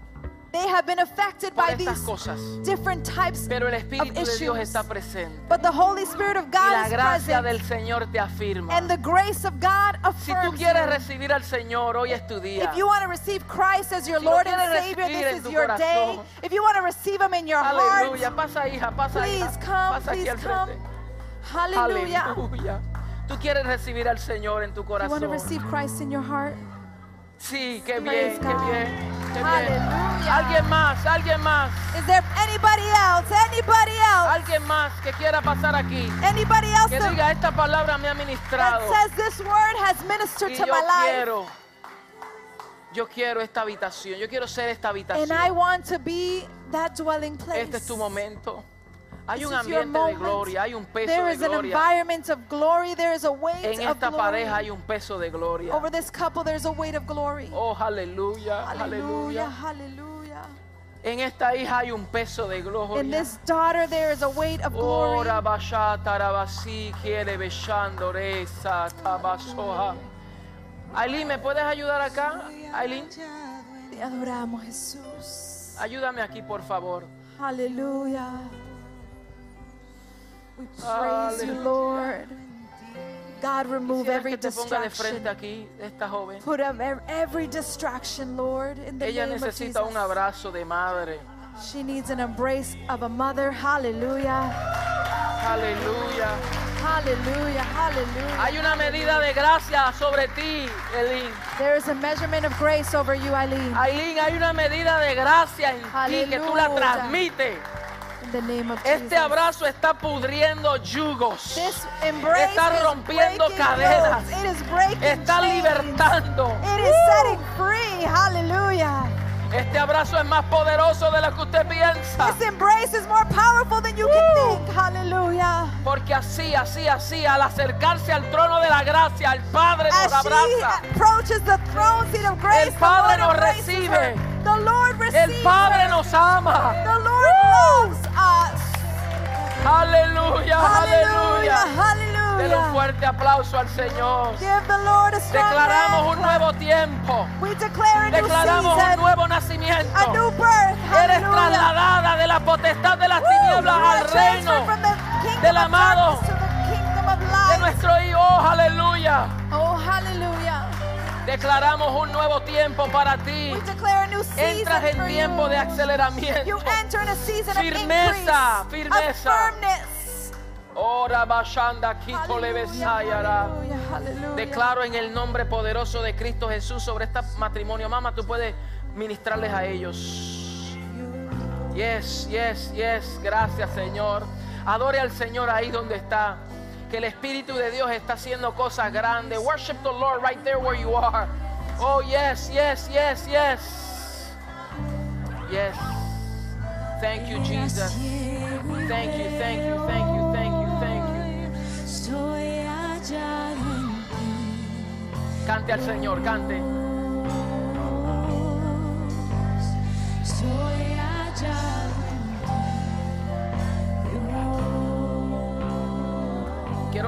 [SPEAKER 2] they have been affected
[SPEAKER 1] por
[SPEAKER 2] by
[SPEAKER 1] estas
[SPEAKER 2] these
[SPEAKER 1] cosas.
[SPEAKER 2] different types
[SPEAKER 1] Pero el
[SPEAKER 2] of
[SPEAKER 1] Espíritu de Dios
[SPEAKER 2] issues.
[SPEAKER 1] está presente.
[SPEAKER 2] But the Holy Spirit of
[SPEAKER 1] Y la
[SPEAKER 2] God is
[SPEAKER 1] gracia
[SPEAKER 2] present
[SPEAKER 1] del Señor te afirma.
[SPEAKER 2] and the grace of God
[SPEAKER 1] Si tú
[SPEAKER 2] affirms
[SPEAKER 1] quieres
[SPEAKER 2] you.
[SPEAKER 1] recibir al Señor, hoy es tu día.
[SPEAKER 2] If you want to receive Christ as your
[SPEAKER 1] Si lo
[SPEAKER 2] Lord and
[SPEAKER 1] quieres
[SPEAKER 2] Savior,
[SPEAKER 1] recibir en
[SPEAKER 2] this
[SPEAKER 1] tu
[SPEAKER 2] is your day.
[SPEAKER 1] corazón.
[SPEAKER 2] If you want to receive Him in your heart,
[SPEAKER 1] Aleluya. Pasa, hija, pasa, hija.
[SPEAKER 2] please come,
[SPEAKER 1] Pasa aquí
[SPEAKER 2] please
[SPEAKER 1] al
[SPEAKER 2] come.
[SPEAKER 1] frente.
[SPEAKER 2] Hallelujah.
[SPEAKER 1] Aleluya. Tú quieres recibir al Señor en tu
[SPEAKER 2] You want to
[SPEAKER 1] corazón.
[SPEAKER 2] receive Christ in your heart?
[SPEAKER 1] Sí, qué
[SPEAKER 2] Praise
[SPEAKER 1] bien, qué
[SPEAKER 2] God.
[SPEAKER 1] bien. Qué bien.
[SPEAKER 2] Hallelujah.
[SPEAKER 1] Alguien más, alguien más,
[SPEAKER 2] Is there anybody else? Anybody else?
[SPEAKER 1] alguien más que quiera pasar aquí.
[SPEAKER 2] Anybody else
[SPEAKER 1] Que
[SPEAKER 2] that,
[SPEAKER 1] diga, esta palabra me ha
[SPEAKER 2] that
[SPEAKER 1] ministrado.
[SPEAKER 2] says this word has ministered
[SPEAKER 1] Y
[SPEAKER 2] to
[SPEAKER 1] yo
[SPEAKER 2] my life?
[SPEAKER 1] quiero, yo quiero esta habitación, yo quiero ser esta
[SPEAKER 2] And I
[SPEAKER 1] habitación.
[SPEAKER 2] want to be that dwelling place.
[SPEAKER 1] Este es tu momento. Hay
[SPEAKER 2] This
[SPEAKER 1] un
[SPEAKER 2] is your
[SPEAKER 1] ambiente de
[SPEAKER 2] moment.
[SPEAKER 1] gloria, hay un peso
[SPEAKER 2] There
[SPEAKER 1] de
[SPEAKER 2] is an
[SPEAKER 1] gloria.
[SPEAKER 2] environment of glory. There is a weight
[SPEAKER 1] En
[SPEAKER 2] of
[SPEAKER 1] esta
[SPEAKER 2] glory.
[SPEAKER 1] pareja hay un peso de gloria.
[SPEAKER 2] Over this couple, there's a weight of glory.
[SPEAKER 1] Oh, aleluya,
[SPEAKER 2] hallelujah,
[SPEAKER 1] aleluya.
[SPEAKER 2] hallelujah.
[SPEAKER 1] En esta hija hay un peso de
[SPEAKER 2] In
[SPEAKER 1] gloria.
[SPEAKER 2] this daughter, there is a weight of glory.
[SPEAKER 1] Oh, Ora bashata rabasi quiere beshando reza tabasoha. Aileen, ¿me puedes ayudar acá? Aileen,
[SPEAKER 2] Te adoramos, Jesús.
[SPEAKER 1] ayúdame aquí, por favor.
[SPEAKER 2] Hallelujah. We praise you,
[SPEAKER 1] Hallelujah.
[SPEAKER 2] Lord. God, remove
[SPEAKER 1] Quisiera
[SPEAKER 2] every
[SPEAKER 1] que te ponga de
[SPEAKER 2] distraction.
[SPEAKER 1] frente aquí, esta joven.
[SPEAKER 2] Put up ev- every distraction, Lord, in the
[SPEAKER 1] Ella
[SPEAKER 2] name of
[SPEAKER 1] necesita un
[SPEAKER 2] Jesus.
[SPEAKER 1] abrazo de madre.
[SPEAKER 2] She needs an embrace of a mother. Hallelujah.
[SPEAKER 1] Aleluya.
[SPEAKER 2] Hallelujah. Hallelujah.
[SPEAKER 1] Hay una medida de gracia sobre ti, Aileen.
[SPEAKER 2] There is a measurement of grace over you, Eileen.
[SPEAKER 1] Aileen, hay una medida de gracia en ti que tú la
[SPEAKER 2] Aleluya.
[SPEAKER 1] transmites.
[SPEAKER 2] In the name of Jesus.
[SPEAKER 1] Este abrazo está pudriendo yugos.
[SPEAKER 2] This embrace
[SPEAKER 1] está
[SPEAKER 2] is
[SPEAKER 1] rompiendo
[SPEAKER 2] breaking
[SPEAKER 1] cadenas.
[SPEAKER 2] yokes. It is breaking
[SPEAKER 1] Está
[SPEAKER 2] chains.
[SPEAKER 1] libertando.
[SPEAKER 2] It is setting free. Hallelujah.
[SPEAKER 1] Este abrazo es más poderoso de lo que usted piensa.
[SPEAKER 2] This embrace is more powerful than you can think. Hallelujah.
[SPEAKER 1] Porque así, así, así, al acercarse al trono de la gracia, el Padre
[SPEAKER 2] As
[SPEAKER 1] nos
[SPEAKER 2] she
[SPEAKER 1] abraza.
[SPEAKER 2] approaches the throne seat of grace, the
[SPEAKER 1] Padre
[SPEAKER 2] Lord
[SPEAKER 1] nos
[SPEAKER 2] embraces
[SPEAKER 1] recibe.
[SPEAKER 2] her. The Lord receives
[SPEAKER 1] El Padre
[SPEAKER 2] her.
[SPEAKER 1] nos ama.
[SPEAKER 2] The Lord loves us.
[SPEAKER 1] Aleluya,
[SPEAKER 2] Hallelujah.
[SPEAKER 1] aleluya. Denle un
[SPEAKER 2] Hallelujah.
[SPEAKER 1] fuerte aplauso al Señor.
[SPEAKER 2] Give the Lord a strong
[SPEAKER 1] Declaramos un
[SPEAKER 2] hand.
[SPEAKER 1] nuevo tiempo.
[SPEAKER 2] We declare a new
[SPEAKER 1] Declaramos un
[SPEAKER 2] season,
[SPEAKER 1] nuevo
[SPEAKER 2] a
[SPEAKER 1] nacimiento.
[SPEAKER 2] new birth.
[SPEAKER 1] Eres
[SPEAKER 2] Hallelujah.
[SPEAKER 1] trasladada de la potestad de las
[SPEAKER 2] Woo!
[SPEAKER 1] tinieblas
[SPEAKER 2] You are
[SPEAKER 1] al reino
[SPEAKER 2] transferred from the kingdom
[SPEAKER 1] del
[SPEAKER 2] of
[SPEAKER 1] amado,
[SPEAKER 2] darkness to the kingdom of
[SPEAKER 1] de
[SPEAKER 2] light.
[SPEAKER 1] nuestro Hijo. Aleluya.
[SPEAKER 2] Oh, hallelujah.
[SPEAKER 1] Declaramos un nuevo tiempo para ti.
[SPEAKER 2] We declare a new season
[SPEAKER 1] Entras en
[SPEAKER 2] for
[SPEAKER 1] tiempo
[SPEAKER 2] you.
[SPEAKER 1] de aceleramiento.
[SPEAKER 2] You enter in a season
[SPEAKER 1] Firmeza,
[SPEAKER 2] of increase,
[SPEAKER 1] firmeza.
[SPEAKER 2] of firmness.
[SPEAKER 1] Ora bashanda kito
[SPEAKER 2] Hallelujah,
[SPEAKER 1] lebesayara.
[SPEAKER 2] hallelujah, hallelujah.
[SPEAKER 1] Declaro en el nombre poderoso de Cristo Jesús sobre este matrimonio. Mamá, tú puedes ministrarles a ellos. Yes, yes, yes. Gracias, Señor. Adore al Señor ahí donde está. Que el Espíritu de Dios está haciendo cosas grandes. Worship the Lord right there where you are. Oh, yes, yes, yes, yes. Yes. Thank you, Jesus. Thank you, thank you, thank you, thank you, thank you.
[SPEAKER 4] Estoy hallado en ti,
[SPEAKER 1] Cante al Señor, cante.